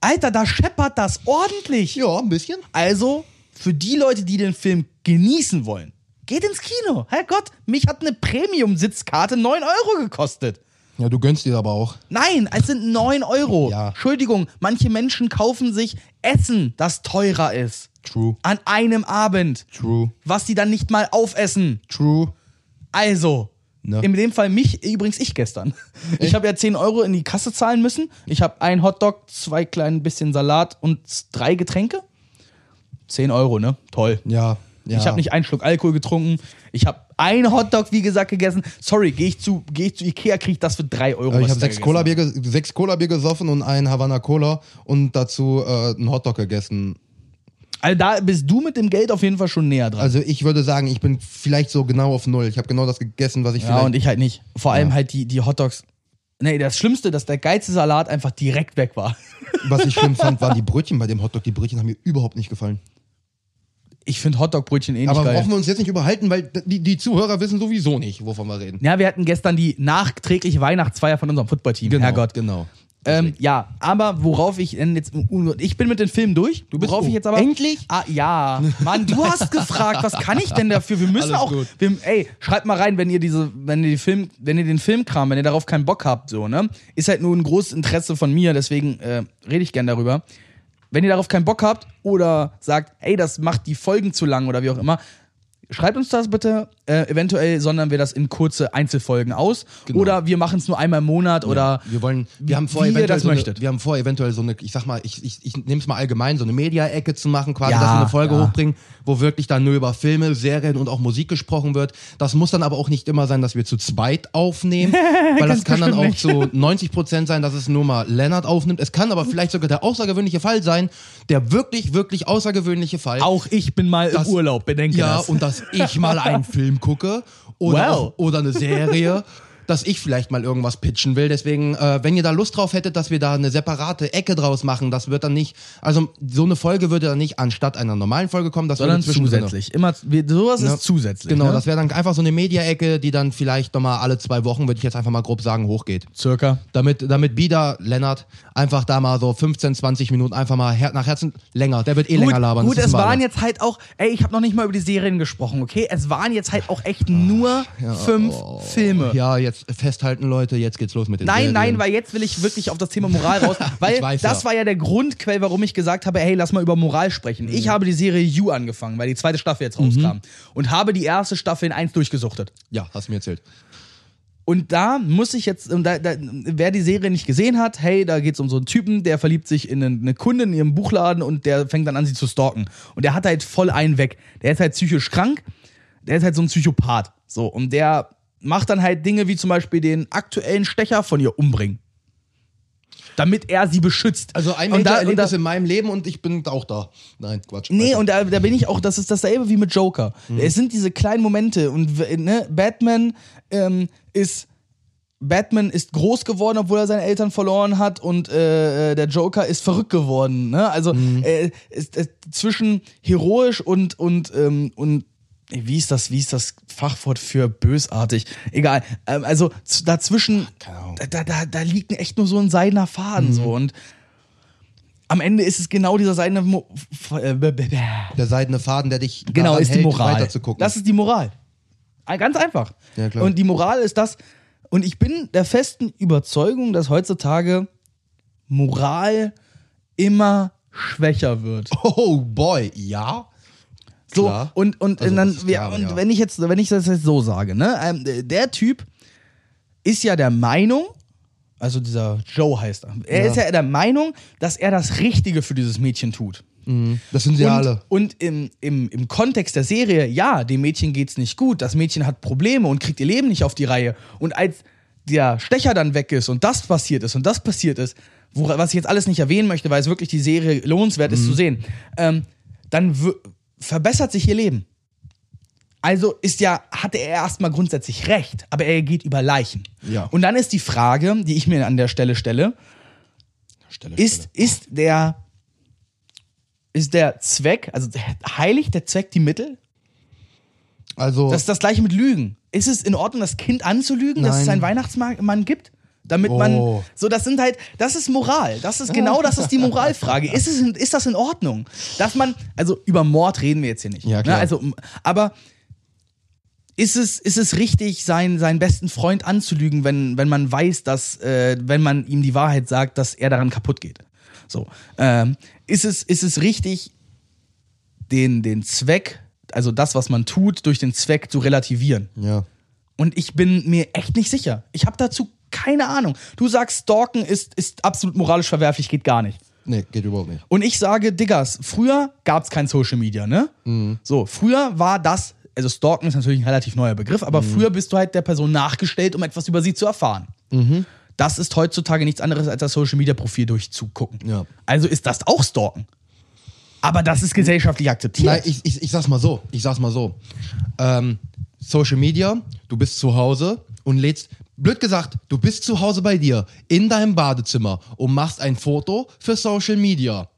Alter, da scheppert das ordentlich.
Ja, ein bisschen.
Also, für die Leute, die den Film genießen wollen, geht ins Kino. Herrgott, mich hat eine Premium-Sitzkarte 9 Euro gekostet.
Ja, du gönnst dir aber auch.
Nein, es sind 9 Euro.
Ja.
Entschuldigung, manche Menschen kaufen sich Essen, das teurer ist.
True.
An einem Abend.
True.
Was sie dann nicht mal aufessen.
True.
Also.
Ne.
In dem Fall mich, übrigens ich gestern. Ich habe ja 10 Euro in die Kasse zahlen müssen. Ich habe ein Hotdog, zwei kleinen bisschen Salat und drei Getränke. 10 Euro, ne? Toll.
Ja. ja.
Ich habe nicht einen Schluck Alkohol getrunken. Ich habe einen Hotdog, wie gesagt, gegessen. Sorry, gehe ich, zu- geh ich zu Ikea, kriege ich das für 3 Euro.
Äh, Ich
was
habe
ich da
sechs
gegessen
Cola-Bier ge sechs Cola -Bier gesoffen und einen Havana Cola und dazu äh, einen Hotdog gegessen.
Also da bist du mit dem Geld auf jeden Fall schon näher dran.
Also ich würde sagen, ich bin vielleicht so genau auf null. Ich habe genau das gegessen, was ich
ja,
vielleicht.
und ich halt nicht. Vor allem
Ja.
halt die, die Hotdogs. Nee, das Schlimmste, dass der geilste Salat einfach direkt weg war.
was ich schlimm fand, waren die Brötchen bei dem Hotdog. Die Brötchen haben mir überhaupt nicht gefallen.
Ich finde Hotdogbrötchen eh nicht
Aber
geil.
brauchen wir uns jetzt nicht überhalten, weil die, die Zuhörer wissen sowieso nicht, wovon wir reden.
Ja, wir hatten gestern die nachträgliche Weihnachtsfeier von unserem Footballteam. Herrgott.
genau.
Ähm, ja, aber worauf ich denn jetzt. Ich bin mit den Filmen durch. Du
bist-
worauf
oh,
ich jetzt aber.
endlich?
Ah, ja. Mann, du hast gefragt, was kann ich denn dafür? Wir müssen
Alles
auch.
gut.
Wir, ey, schreibt mal rein, wenn ihr diese, wenn ihr die Film, wenn ihr den Filmkram, wenn ihr darauf keinen Bock habt, so, ne? Ist halt nur ein großes Interesse von mir, deswegen äh, rede ich gern darüber. Wenn ihr darauf keinen Bock habt oder sagt, ey, das macht die Folgen zu lang oder wie auch immer, schreibt uns das bitte. Äh, eventuell sondern wir das in kurze Einzelfolgen aus. Oder wir machen es nur einmal im Monat oder
Genau. wir wollen, wir haben vor,
wie ihr
eventuell
das
so eine,
möchtet.
wir haben vor, eventuell so eine, ich sag mal, ich, ich, ich nehme es mal allgemein, so eine Media-Ecke zu machen, quasi,
Ja,
dass wir eine Folge
ja.
hochbringen, wo wirklich dann nur über Filme, Serien und auch Musik gesprochen wird. Das muss dann aber auch nicht immer sein, dass wir zu zweit aufnehmen, weil das kann dann auch
bestimmt
zu 90 Prozent sein, dass es nur mal Lennart aufnimmt. Es kann aber vielleicht sogar der außergewöhnliche Fall sein, der wirklich, wirklich außergewöhnliche Fall.
Auch ich bin mal
Das-
im Urlaub, bedenke
Ja,
das.
und dass ich mal einen Film gucke oder,
Wow.
auch, oder eine Serie, dass ich vielleicht mal irgendwas pitchen will. Deswegen, äh, wenn ihr da Lust drauf hättet, dass wir da eine separate Ecke draus machen, das wird dann nicht, also so eine Folge würde dann nicht anstatt einer normalen Folge kommen, das
sondern
würde zwischendrin-
zusätzlich. Immer, wir- sowas
Ja.
ist zusätzlich.
Genau,
ne?
das wäre dann einfach so eine Media-Ecke, die dann vielleicht nochmal alle zwei Wochen, würde ich jetzt einfach mal grob sagen, hochgeht.
circa.
Damit, damit Bieder, Lennart, einfach da mal so 15, 20 Minuten einfach mal her nach Herzen länger. Der wird eh länger labern.
gut,
das
es
wissen wir
waren
alle.
jetzt halt auch, ey, ich habe noch nicht mal über die Serien gesprochen, okay? Es waren jetzt halt auch echt nur fünf Filme.
oh, Ja, jetzt festhalten, Leute, jetzt geht's los mit den
Nein,
Serien.
nein, weil jetzt will ich wirklich auf das Thema Moral raus, weil
Ich weiß
das
ja.
war ja der Grundquell, warum ich gesagt habe, hey, lass mal über Moral sprechen.
Mhm.
Ich habe die Serie You angefangen, weil die zweite Staffel jetzt rauskam und habe die erste Staffel in eins durchgesuchtet.
Ja, hast du mir erzählt.
Und da muss ich jetzt, und da, da, wer die Serie nicht gesehen hat, hey, da geht's um so einen Typen, der verliebt sich in eine, eine Kundin in ihrem Buchladen und der fängt dann an, sie zu stalken. Und der hat halt voll einen weg. Der ist halt psychisch krank, der ist halt so ein Psychopath. So, und der macht dann halt Dinge wie zum Beispiel den aktuellen Stecher von ihr umbringen. Damit er sie beschützt.
Also ein
Und da- und da-
Erlebnis in meinem Leben und ich bin auch da. Nein, Quatsch.
Nee,
Weiter.
und da, da bin ich auch, das ist dasselbe wie mit Joker.
Mhm.
Es sind diese kleinen Momente und w- ne, Batman ähm, ist Batman ist groß geworden, obwohl er seine Eltern verloren hat und äh, der Joker ist verrückt geworden. Ne? Also
Mhm.
äh, ist, äh, zwischen heroisch und und ähm, und äh, wie ist das? Wie ist das Fachwort für bösartig? Egal. Ähm, also z- dazwischen,
keine Ahnung. Mhm.
da, da- da, da liegt echt nur so ein seidener Faden so und am Ende ist es genau dieser seidene Mo F- äh, b- b- b-
Der seidene Faden, der dich
Genau,
daran
ist die
hält,
Moral.
weiterzugucken.
Das ist die Moral. Ah, Ganz einfach.
Ja, klar.
Und die Moral ist das. Und ich bin der festen Überzeugung, dass heutzutage Moral immer schwächer wird.
oh boy, ja.
So,
Klar.
und, und,
Also,
und dann,
das ist
ja,
klar,
und
ja.
wenn ich jetzt, wenn ich das jetzt so sage, ne, ähm, d- der Typ ist ja der Meinung, also dieser Joe heißt er, er
Ja.
ist ja der Meinung, dass er das Richtige für dieses Mädchen tut.
Das sind sie
und,
alle.
Und im, im, im Kontext der Serie, ja, dem Mädchen geht's nicht gut. Das Mädchen hat Probleme und kriegt ihr Leben nicht auf die Reihe. Und als der Stecher dann weg ist und das passiert ist und das passiert ist, wo, was ich jetzt alles nicht erwähnen möchte, weil es wirklich die Serie lohnenswert
Mhm.
ist zu sehen, ähm, dann w- verbessert sich ihr Leben. Also ist ja, hatte er erstmal grundsätzlich recht, aber er geht über Leichen.
Ja.
Und dann ist die Frage, die ich mir an der Stelle stelle,
Stelle,
ist, ist der ist der Zweck, also heiligt der Zweck die Mittel?
Oh. Also,
Das ist das gleiche mit Lügen. Ist es in Ordnung, das Kind anzulügen, dass es
Nein.
einen Weihnachtsmann gibt? Damit man.
Oh.
So, das sind halt, das ist Moral. Das ist genau das ist die Moralfrage. Ist, es, in- ist das in Ordnung? Dass man, also über Mord reden wir jetzt hier nicht.
Ja, klar.
Ne? Also, m- aber ist es, ist es richtig, seinen, seinen besten Freund anzulügen, wenn, wenn man weiß, dass, äh, wenn man ihm die Wahrheit sagt, dass er daran kaputt geht? So. Ähm, ist, es, ist es richtig, den, den Zweck, also das, was man tut, durch den Zweck zu relativieren?
ja.
Und ich bin mir echt nicht sicher. Ich habe dazu keine Ahnung. Du sagst, Stalken ist, ist absolut moralisch verwerflich, geht gar nicht.
Nee, geht überhaupt nicht.
Und ich sage, Diggas, früher gab es kein Social Media, ne?
Mhm.
So, früher war das, also Stalken ist natürlich ein relativ neuer Begriff, aber
Mhm.
früher bist du halt der Person nachgestellt, um etwas über sie zu erfahren.
Mhm.
Das ist heutzutage nichts anderes, als das Social Media Profil durchzugucken.
Ja.
Also ist das auch Stalken. Aber das ist gesellschaftlich akzeptiert.
Nein, ich, ich, ich sag's mal so. Ich sag's mal so. Ähm, Social Media, du bist zu Hause und lädst. Blöd gesagt, du bist zu Hause bei dir in deinem Badezimmer und machst ein Foto für Social Media.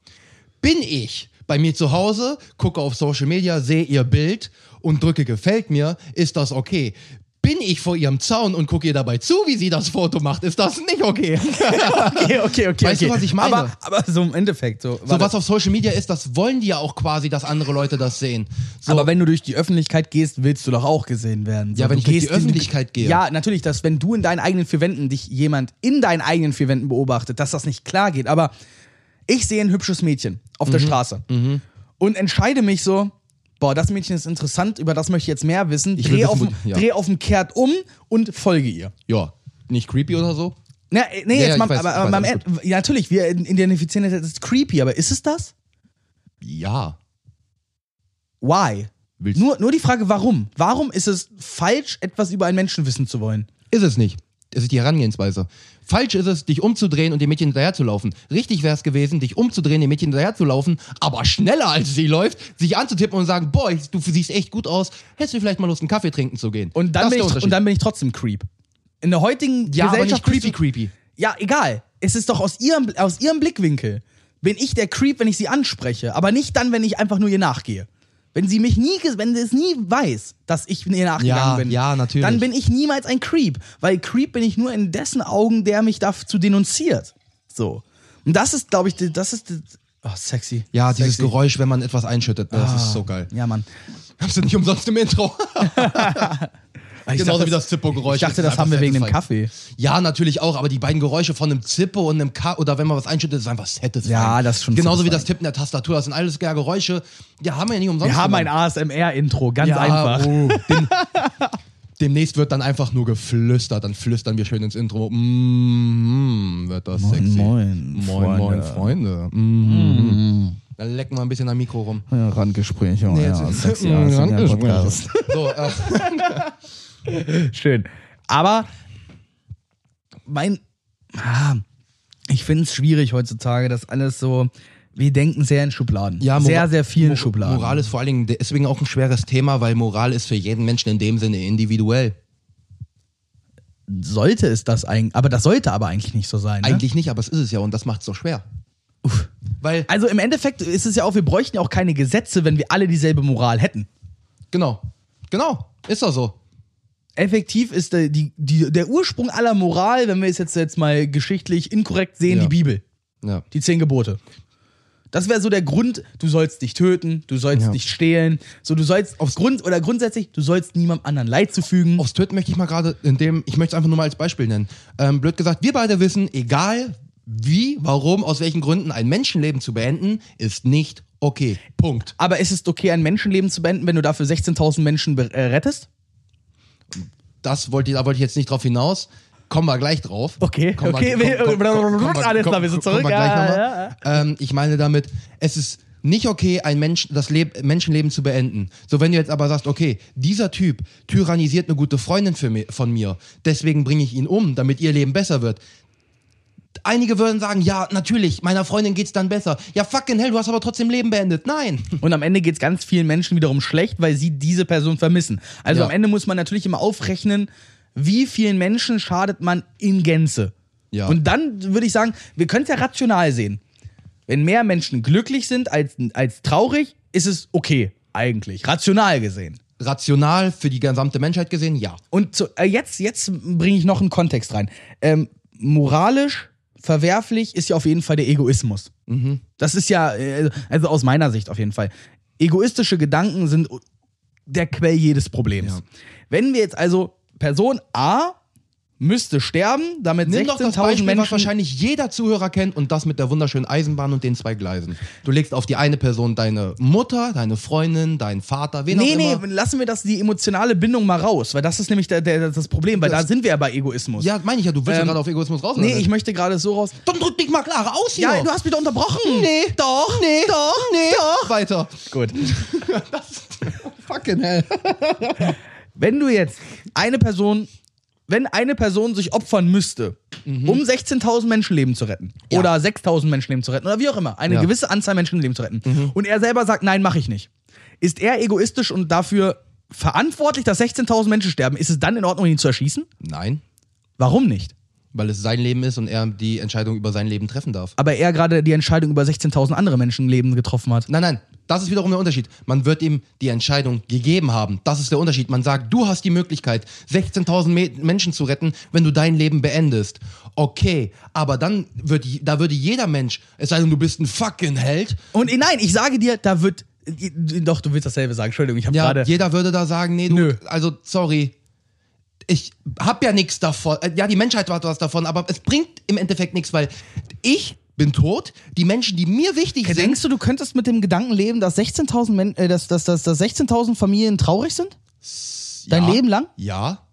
Bin ich bei mir zu Hause, gucke auf Social Media, sehe ihr Bild und drücke gefällt mir, ist das okay. Bin ich vor ihrem Zaun und gucke ihr dabei zu, wie sie das Foto macht, ist das nicht okay.
okay, okay, okay.
Weißt du,
okay.
was ich meine?
Aber, aber so im Endeffekt. So,
so
warte.
was auf Social Media ist, das wollen die ja auch quasi, dass andere Leute das sehen. So,
Aber wenn du durch die Öffentlichkeit gehst, willst du doch auch gesehen werden. So,
Ja, wenn
du
ich durch die
gehst in-
Öffentlichkeit gehe.
Ja, natürlich, dass wenn du in deinen eigenen vier Wänden dich jemand in deinen eigenen vier Wänden beobachtet, dass das nicht klar geht. Aber ich sehe ein hübsches Mädchen auf
Mhm.
der Straße und entscheide mich so, boah, das Mädchen ist interessant, über das möchte ich jetzt mehr wissen.
Ich will
dreh,
wissen,
auf,
wo
dem-
die- ja.
dreh auf dem Kehrt um und folge ihr.
ja, nicht creepy oder so.
Na, äh, nee,
Ja,
jetzt
ja,
mal,
ich weiß,
aber,
ich
aber
weiß,
mal am
alles
Ende- ja, natürlich, wir identifizieren das als creepy, aber ist es das?
Ja.
Why?
Willst
Nur, nur die Frage, warum? Warum ist es falsch, etwas über einen Menschen wissen zu wollen?
Ist es nicht. Es ist die Herangehensweise. Falsch ist es, dich umzudrehen und dem Mädchen hinterherzulaufen. Richtig wäre es gewesen, dich umzudrehen, dem Mädchen hinterherzulaufen, aber schneller als sie läuft, sich anzutippen und sagen, boah, ich- du siehst echt gut aus, hättest du vielleicht mal Lust, einen Kaffee trinken zu gehen.
Und dann,
das
bin
ist der
ich, und
Unterschied.
dann bin ich trotzdem Creep. In der heutigen
ja, aber nicht
Gesellschaft.
creepy,
bist du-
creepy.
Ja, egal. Es ist doch aus ihrem, aus ihrem Blickwinkel. Bin ich der Creep, wenn ich sie anspreche, aber nicht dann, wenn ich einfach nur ihr nachgehe. Wenn sie mich nie, ges- wenn sie es nie weiß, dass ich ihr nachgegangen
Ja,
bin,
ja, natürlich.
dann bin ich niemals ein Creep, weil Creep bin ich nur in dessen Augen, der mich dazu denunziert. So. Und das ist, glaube ich, die- das ist, die- oh, sexy.
Ja, dieses
sexy.
Geräusch, wenn man etwas einschüttet, das
Ah.
ist so geil.
Ja, Mann.
Hab's du nicht umsonst im Intro.
Ah, Ich
Genauso
dachte,
wie das Zippo-Geräusch.
Ich dachte,
Das
Genau das
ist
haben wir
einfach
wegen dem
satisfying.
Kaffee.
Ja, natürlich auch, aber die beiden Geräusche von einem Zippe und einem K oder wenn man was einschüttet, ist einfach satisfying.
Ja, das ist schon
Genauso wie
satisfying.
das Tippen der Tastatur, das sind alles ja Geräusche, die haben wir ja nicht umsonst.
Wir haben ein
gemacht.
ASMR-Intro, ganz
ja,
einfach.
Oh, dem, demnächst wird dann einfach nur geflüstert, dann flüstern wir schön ins Intro. Mm, mm, wird das sexy.
moin,
moin, moin, Freunde. Mm, Dann lecken wir ein bisschen am Mikro rum.
oh, Ja, Randgespräche. Oh, ja, sexy,
Mm,
ASMR
Randgespräche.
Podcast.
So, äh,
Schön. Aber mein. Ah, ich finde es schwierig heutzutage, dass alles so. Wir denken sehr in Schubladen.
Ja, Mora-
sehr, sehr vielen
Mor-
Schubladen.
Moral ist vor allen Dingen deswegen auch ein schweres Thema, weil Moral ist für jeden Menschen in dem Sinne individuell.
sollte es das eigentlich, aber das sollte aber eigentlich nicht so sein. Ne?
Eigentlich nicht, aber es ist es ja und das macht es doch schwer. Weil,
Also im Endeffekt ist es ja auch, wir bräuchten ja auch keine Gesetze, wenn wir alle dieselbe Moral hätten.
genau, genau, ist doch so.
Effektiv ist der, die, die, der Ursprung aller Moral, wenn wir es jetzt, jetzt mal geschichtlich inkorrekt sehen,
Ja.
die Bibel.
Ja.
Die zehn Gebote. Das wäre so der Grund, du sollst nicht töten, du sollst
Ja.
nicht stehlen, so du sollst aufs Grund oder grundsätzlich, du sollst niemandem anderen Leid zufügen.
Aufs Töten möchte ich mal gerade, indem, ich möchte es einfach nur mal als Beispiel nennen. Ähm, blöd gesagt, wir beide wissen, egal wie, warum, aus welchen Gründen ein Menschenleben zu beenden, ist nicht okay. Punkt.
Aber ist es okay, ein Menschenleben zu beenden, wenn du dafür 16.000 Menschen be- äh, rettest?
Das wollte ich, da wollte ich jetzt nicht drauf hinaus. Kommen wir gleich drauf.
Okay,
kommen
okay, wir- alles klar, wir sind zurück.
Kommen wir
Ja,
gleich nochmal. Ähm, ich meine damit, es ist nicht okay, ein Mensch, das Leb Menschenleben zu beenden. So, wenn du jetzt aber sagst, okay, dieser Typ tyrannisiert eine gute Freundin für mi von mir, deswegen bringe ich ihn um, damit ihr Leben besser wird. Einige würden sagen, ja, natürlich, meiner Freundin geht's dann besser. Ja, fucking hell, du hast aber trotzdem Leben beendet. Nein.
Und am Ende geht es ganz vielen Menschen wiederum schlecht, weil sie diese Person vermissen. Also
Ja.
am Ende muss man natürlich immer aufrechnen, wie vielen Menschen schadet man in Gänze.
Ja.
Und dann würde ich sagen, wir können es ja rational sehen. Wenn mehr Menschen glücklich sind als, als traurig, ist es okay, eigentlich, rational gesehen.
Rational für die gesamte Menschheit gesehen, ja.
Und zu, äh, jetzt, jetzt bringe ich noch einen Kontext rein. Ähm, moralisch verwerflich ist ja auf jeden Fall der Egoismus.
Mhm.
Das ist ja, äh, also aus meiner Sicht auf jeden Fall. Egoistische Gedanken sind der Quell jedes Problems.
Ja.
Wenn wir jetzt also Person A müsste sterben, damit
Nimm doch das
16.000
Beispiel, was
Menschen
wahrscheinlich jeder Zuhörer kennt und das mit der wunderschönen Eisenbahn und den zwei Gleisen. Du legst auf die eine Person deine Mutter, deine Freundin, deinen Vater, wen
Nee,
auch
nee,
immer.
lassen wir das die emotionale Bindung mal raus, weil das ist nämlich der, der, das Problem, weil
Das-
da sind wir ja bei Egoismus.
Ja, meine ich ja, du willst ja
Ähm,
gerade auf Egoismus raus.
nee, ich möchte gerade so raus.
Dann drück dich mal klarer aus hier.
Ja, du hast mich doch unterbrochen.
nee, doch, nee, doch, nee, doch. Weiter.
Gut.
Fucking
Genau.
hell.
Wenn du jetzt eine Person, wenn eine Person sich opfern müsste, um 16.000 Menschenleben zu retten
Mhm. Ja.
oder 6.000 Menschenleben zu retten oder wie auch immer, eine
Ja. Mhm.
gewisse Anzahl Menschenleben zu retten und er selber sagt, nein, mache ich nicht, ist er egoistisch und dafür verantwortlich, dass 16.000 Menschen sterben? Ist es dann in Ordnung, ihn zu erschießen?
Nein,
Warum nicht?
weil es sein Leben ist und er die Entscheidung über sein Leben treffen darf.
Aber er gerade die Entscheidung über 16.000 andere Menschenleben getroffen hat.
Nein, nein, das ist wiederum der Unterschied. Man wird ihm die Entscheidung gegeben haben. Das ist der Unterschied. Man sagt, du hast die Möglichkeit, 16.000 Me Menschen zu retten, wenn du dein Leben beendest. Okay, aber dann wird, j- da würde jeder Mensch, es sei denn, du bist ein fucking Held,
Und äh, nein, ich sage dir, da wird. äh, Doch, du willst dasselbe sagen. Entschuldigung, ich habe
ja,
gerade.
jeder würde da sagen, nee, du,
Nö.
also sorry, ich hab ja nichts davon. Äh, Ja, die Menschheit hat was davon, aber es bringt im Endeffekt nichts, weil ich bin tot, die Menschen, die mir wichtig sind,
Denkst du, du könntest mit dem Gedanken leben, dass 16.000 Men- äh, dass, dass, dass, dass 16.000 Familien traurig sind? Dein
ja,
Leben lang?
Ja.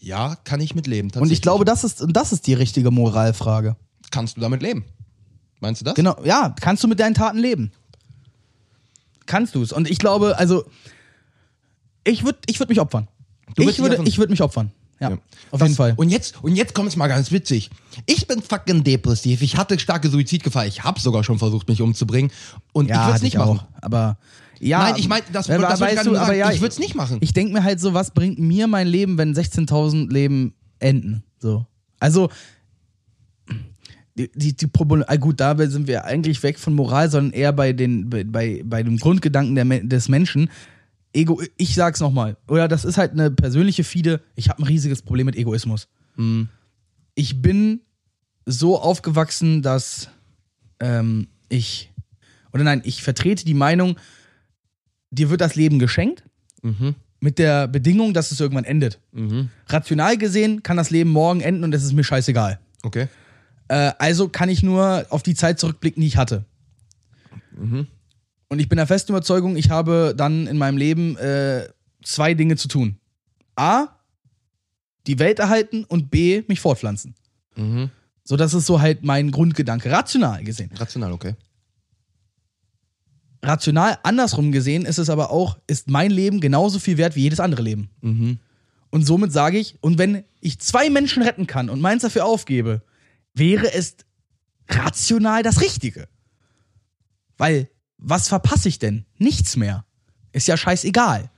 Ja, kann ich mitleben.
Und ich
tatsächlich.
glaube, das ist, und das ist die richtige Moralfrage.
kannst du damit leben. Meinst du das?
Genau, ja, kannst du mit deinen Taten leben? Kannst du es? Und ich glaube, also, ich würde ich würd mich opfern.
Du würdest
ich,
dich
würde,
opfern?
ich würde mich opfern. Ja,
Ja.
auf
Das-
jeden Fall.
Und jetzt, und jetzt kommt es mal ganz witzig. Ich bin fucking depressiv. Ich hatte starke Suizidgefahr. Ich habe sogar schon versucht, mich umzubringen. Und ich
ja,
würde
hatte
es nicht
ich
machen.
Auch, aber ja,
Nein, ich mein, das-
aber
das wollte ich
weißt
gar nicht
du, aber
sagen.
ja,
Ich würd's nicht machen.
Ich denke mir halt so, was bringt mir mein Leben, wenn 16.000 Leben enden? So. Also die, die, die Probleme, ah, gut, dabei sind wir eigentlich weg von Moral, sondern eher bei, den, bei- bei, bei dem Grundgedanken der, Me- des Menschen. Ego, ich sag's nochmal, oder das ist halt eine persönliche Fide, ich habe ein riesiges Problem mit Egoismus.
Hm.
Ich bin so aufgewachsen, dass ähm, ich, oder nein, ich vertrete die Meinung, dir wird das Leben geschenkt, mit der Bedingung, dass es irgendwann endet. Rational gesehen kann das Leben morgen enden und es ist mir scheißegal.
Okay.
Äh, also kann ich nur auf die Zeit zurückblicken, die ich hatte. Und ich bin der festen Überzeugung, ich habe dann in meinem Leben äh, zwei Dinge zu tun. A, die Welt erhalten und B, mich fortpflanzen. So, das ist so halt mein Grundgedanke, rational gesehen.
Rational, okay.
Rational andersrum gesehen ist es aber auch, ist mein Leben genauso viel wert wie jedes andere Leben. Und somit sage ich, und wenn ich zwei Menschen retten kann und meins dafür aufgebe, wäre es rational das Richtige. Weil, was verpasse ich denn? Nichts mehr. Ist ja scheißegal.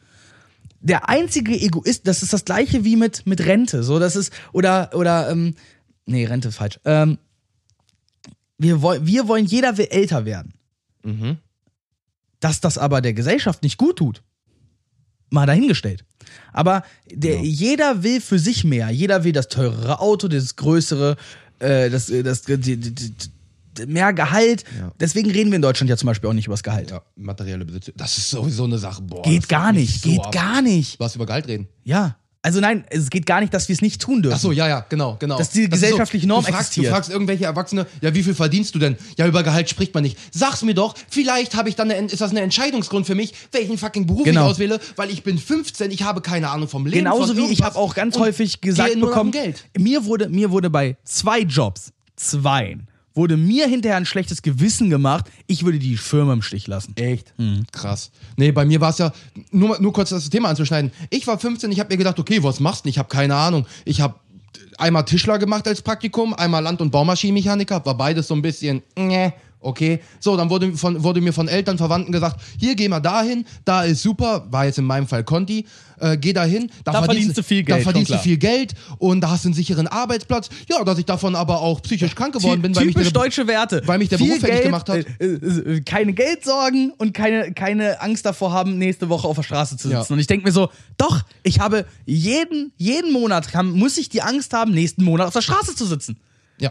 der einzige Egoist, das ist das gleiche wie mit, mit Rente. So, das ist, oder, oder, ähm, nee, Rente ist falsch. Ähm, wir, woll, wir wollen, jeder will älter werden. Mhm. Dass das aber der Gesellschaft nicht gut tut, mal dahingestellt. Aber der,
Genau.
jeder will für sich mehr. Jeder will das teurere Auto, das größere, äh, das, das, die, die, die, die, mehr Gehalt.
Ja.
Deswegen reden wir in Deutschland ja zum Beispiel auch nicht über das Gehalt.
Ja, materielle Besitz. Das ist sowieso eine Sache. Boah,
Geht
das
gar
fuckt mich
nicht,
so
geht
ab.
gar nicht.
Was über Gehalt reden?
Ja. Also nein, es geht gar nicht, dass wir es nicht tun dürfen.
Ach so, ja, ja, genau, genau.
Dass die
ist
gesellschaftliche Norm
du fragst,
existiert.
Du fragst irgendwelche Erwachsene, ja, wie viel verdienst du denn? Ja, über Gehalt spricht man nicht. Sag's mir doch, vielleicht habe ich dann eine, ist das ein Entscheidungsgrund für mich, welchen fucking Beruf
Genau.
ich auswähle, weil ich bin 15, ich habe keine Ahnung vom Leben.
Genauso
von
wie ich
irgendwas
habe auch ganz
und
häufig gesagt
gehe nur nach dem
bekommen,
Geld.
mir wurde mir wurde bei zwei Jobs, zwei, wurde mir hinterher ein schlechtes Gewissen gemacht, ich würde die Firma im Stich lassen.
Echt?
Mhm.
Krass. Nee, bei mir war es ja, nur, mal- nur kurz das Thema anzuschneiden. Ich war 15, ich habe mir gedacht, okay, was machst du? denn? Ich habe keine Ahnung. Ich habe einmal Tischler gemacht als Praktikum, einmal Land- und Baumaschinenmechaniker, war beides so ein bisschen, nee, okay. So, dann wurde, von, wurde mir von Eltern, Verwandten gesagt, hier geh mal dahin, da ist super, war jetzt in meinem Fall Conti, äh, geh dahin.
Da verdienst du viel Geld,
Da verdienst
schon
du viel Geld und da hast du einen sicheren Arbeitsplatz. Ja, dass ich davon aber auch psychisch krank geworden bin, weil mich
Typisch
der-
deutsche Werte.
weil mich der Beruf fertig gemacht hat.
Äh, äh, äh, keine Geldsorgen und keine, keine Angst davor haben, nächste Woche auf der Straße zu sitzen.
Ja.
Und ich denke mir so, doch, ich habe jeden, jeden Monat haben, muss ich die Angst haben, nächsten Monat auf der Straße zu sitzen.
Ja.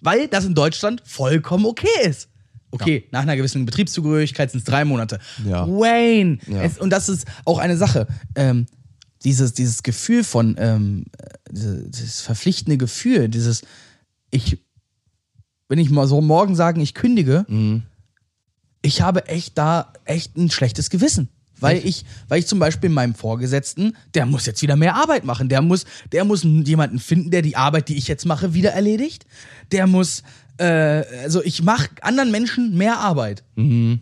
Weil das in Deutschland vollkommen okay ist. Okay, nach einer gewissen Betriebszugehörigkeit sind es drei Monate.
Ja.
Wayne.
Ja.
Es, und das ist auch eine Sache. Ähm, dieses, dieses Gefühl von, ähm, diese- dieses verpflichtende Gefühl, dieses, ich, wenn ich mal so morgen sagen, ich kündige, ich habe echt da echt ein schlechtes Gewissen. Weil ich, weil ich zum Beispiel meinem Vorgesetzten, der muss jetzt wieder mehr Arbeit machen. Der muss, der muss n- jemanden finden, der die Arbeit, die ich jetzt mache, wieder erledigt. Der muss, äh, also ich mache anderen Menschen mehr Arbeit. Und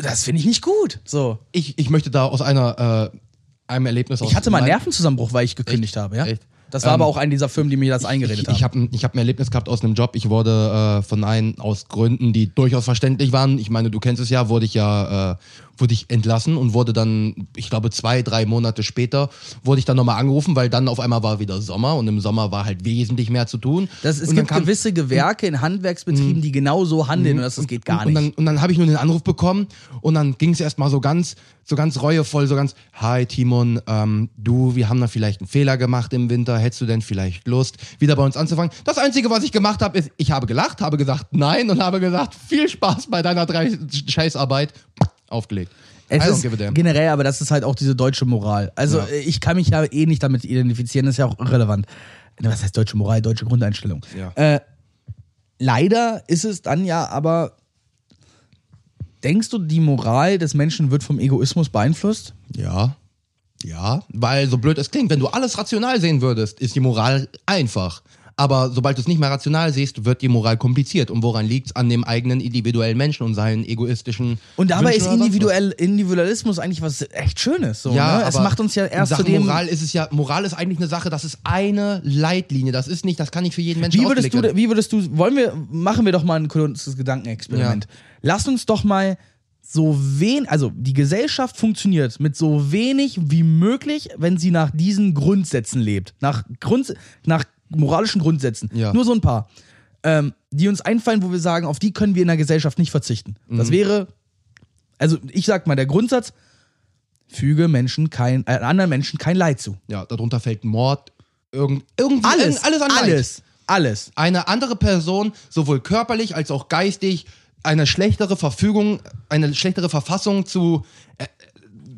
das finde ich nicht gut. So.
Ich, ich möchte da aus einer, äh, einem Erlebnis aus
Ich hatte mal einen
meinem-
Nervenzusammenbruch, weil ich gekündigt habe, ja.
Echt?
Das war
Ähm,
aber auch eine dieser Firmen, die mir das eingeredet
ich,
haben.
ich habe ein, ich hab ein Erlebnis gehabt aus einem Job. Ich wurde äh, von einem aus Gründen, die durchaus verständlich waren. Ich meine, du kennst es ja, wurde ich ja äh, wurde ich entlassen und wurde dann, ich glaube, zwei, drei Monate später wurde ich dann nochmal angerufen, weil dann auf einmal war wieder Sommer und im Sommer war halt wesentlich mehr zu tun.
das, es
und dann Mhm.
gibt gewisse Gewerke in Handwerksbetrieben, die genau so handeln und das, das geht gar
und,
nicht.
Und dann, und dann habe ich nur den Anruf bekommen und dann ging es erstmal so ganz, so ganz reuevoll, so ganz, hi Timon, ähm, du, wir haben da vielleicht einen Fehler gemacht im Winter, hättest du denn vielleicht Lust, wieder bei uns anzufangen? Das Einzige, was ich gemacht habe, ist, ich habe gelacht, habe gesagt nein und habe gesagt, viel Spaß bei deiner drei Scheißarbeit, aufgelegt. I
Es
don't
ist
give a damn.
generell, aber das ist halt auch diese deutsche Moral. Also äh, ich kann mich ja eh nicht damit identifizieren, das ist ja auch irrelevant. Na, Was heißt deutsche Moral, deutsche Grundeinstellung?
Ja.
Äh, leider ist es dann ja aber, denkst du, die Moral des Menschen wird vom Egoismus beeinflusst?
Ja. Ja, weil so blöd es klingt, wenn du alles rational sehen würdest, ist die Moral einfach. Aber sobald du es nicht mehr rational siehst, wird die Moral kompliziert. Und woran liegt es an dem eigenen individuellen Menschen und seinen egoistischen.
Und dabei
Wünschen
ist
oder sonst
individuell, Individualismus eigentlich was echt Schönes. So,
was? Ja,
ne?
aber
Es macht uns ja
in
erst zu
Sachen
dem...
Moral ist es ja, Moral ist eigentlich eine Sache, das ist eine Leitlinie. Das ist nicht, das kann nicht für jeden Menschen
Wie würdest,
ausgelegt
du,
werden.
wie würdest du, wollen wir, machen wir doch mal ein kurzes Gedankenexperiment.
Ja.
Lass uns doch mal so wenig, also die Gesellschaft funktioniert mit so wenig wie möglich, wenn sie nach diesen Grundsätzen lebt. Nach, Grunds nach moralischen Grundsätzen.
Ja.
Nur so ein paar, ähm, die uns einfallen, wo wir sagen, auf die können wir in der Gesellschaft nicht verzichten.
Mhm.
Das wäre, also ich sag mal, der Grundsatz, füge Menschen kein, äh, anderen Menschen kein Leid zu.
Ja, darunter fällt Mord, irgend, irgendwie,
Alles,
irgend- alles an Leid.
alles, alles.
eine andere Person sowohl körperlich als auch geistig eine schlechtere Verfügung, eine schlechtere Verfassung zu, äh,